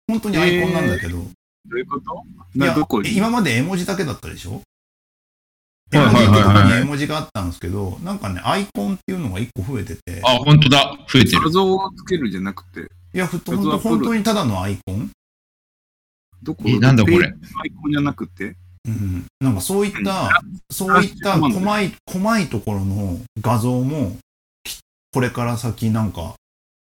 Speaker 1: 本当にアイコンなんだけど。
Speaker 3: どういうこと
Speaker 1: いや
Speaker 3: などこに
Speaker 1: 今まで絵文字だけだったでしょ絵
Speaker 2: はい
Speaker 1: 文字
Speaker 2: はい
Speaker 1: っ
Speaker 2: はい
Speaker 1: て
Speaker 2: はい
Speaker 1: とこに絵文字があったんですけど、なんかね、アイコンっていうのが一個増えてて、
Speaker 2: あ、本当だ。増えて
Speaker 3: 画
Speaker 2: る。
Speaker 3: 像をつけるんじゃなくて、
Speaker 1: いや、ふと、ほんと本当にただのアイコン
Speaker 3: どこ
Speaker 2: えなんだこれ。
Speaker 3: アイコンじゃなくて、
Speaker 1: うんなんかそういった、そういった
Speaker 3: あそうなんだ
Speaker 1: 細い、細いところの画像も、きこれから先なんか、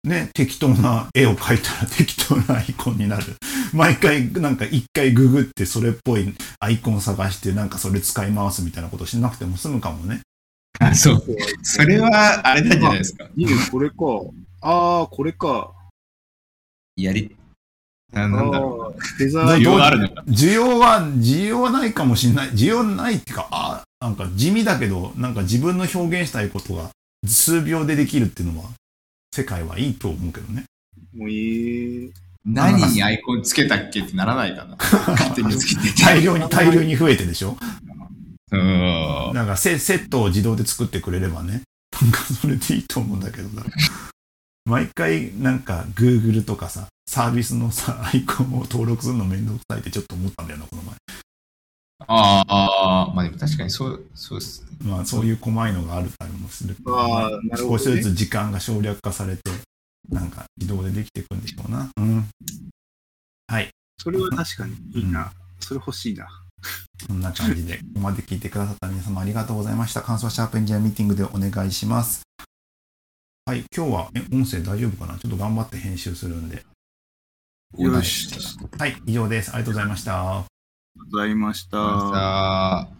Speaker 1: ね、適当な絵を描いたら適当なアイコンになる。 毎回なんか一回ググってそれっぽいアイコン探してなんかそれ使い回すみたいなことしなくても済むかもね。
Speaker 2: あ、そう。それは、あれなんじゃないですか。
Speaker 3: いいね、これか。ああ、これか。
Speaker 2: やり、な
Speaker 3: あ
Speaker 2: なんだろ
Speaker 3: ーデザ
Speaker 2: う。需
Speaker 3: イン
Speaker 2: 要があるのか。
Speaker 1: 需要は、需要はないかもしれない。需要ないっていうか、あなんか地味だけど、なんか自分の表現したいことが数秒でできるっていうのは、世界はいいと思うけどね。
Speaker 3: もういい。
Speaker 2: 何にアイコンつけたっけってならないか な。勝手につけてた。
Speaker 1: 大量に大量に増えてでしょ
Speaker 2: うん。
Speaker 1: なんかセセットを自動で作ってくれればねなんかそれでいいと思うんだけどな毎回なんか Google とかさサービスのさ アイコンを登録するのめんどくさいってちょっと思ったんだよなこの前
Speaker 2: ああ、まあでも確かにそう、そうですね。
Speaker 1: まあそういう細いのがあるたりもする
Speaker 3: ああ、なるほ
Speaker 1: 少し
Speaker 3: ど、
Speaker 1: ずつ
Speaker 3: ね。
Speaker 1: 時間が省略化されてなんか自動でできていくんでしょうなうん
Speaker 3: それは確かにいいな。それ欲しいな。
Speaker 1: そんな感じで、ここまで聞いてくださった皆様ありがとうございました。感想はシャープエンジニアミーティングでお願いします。はい、今日は、え、音声大丈夫かなちょっと頑張って編集するんで。
Speaker 3: よし。ありがと
Speaker 1: はい、以上です。ありがとうございました。
Speaker 3: うございました。
Speaker 2: あー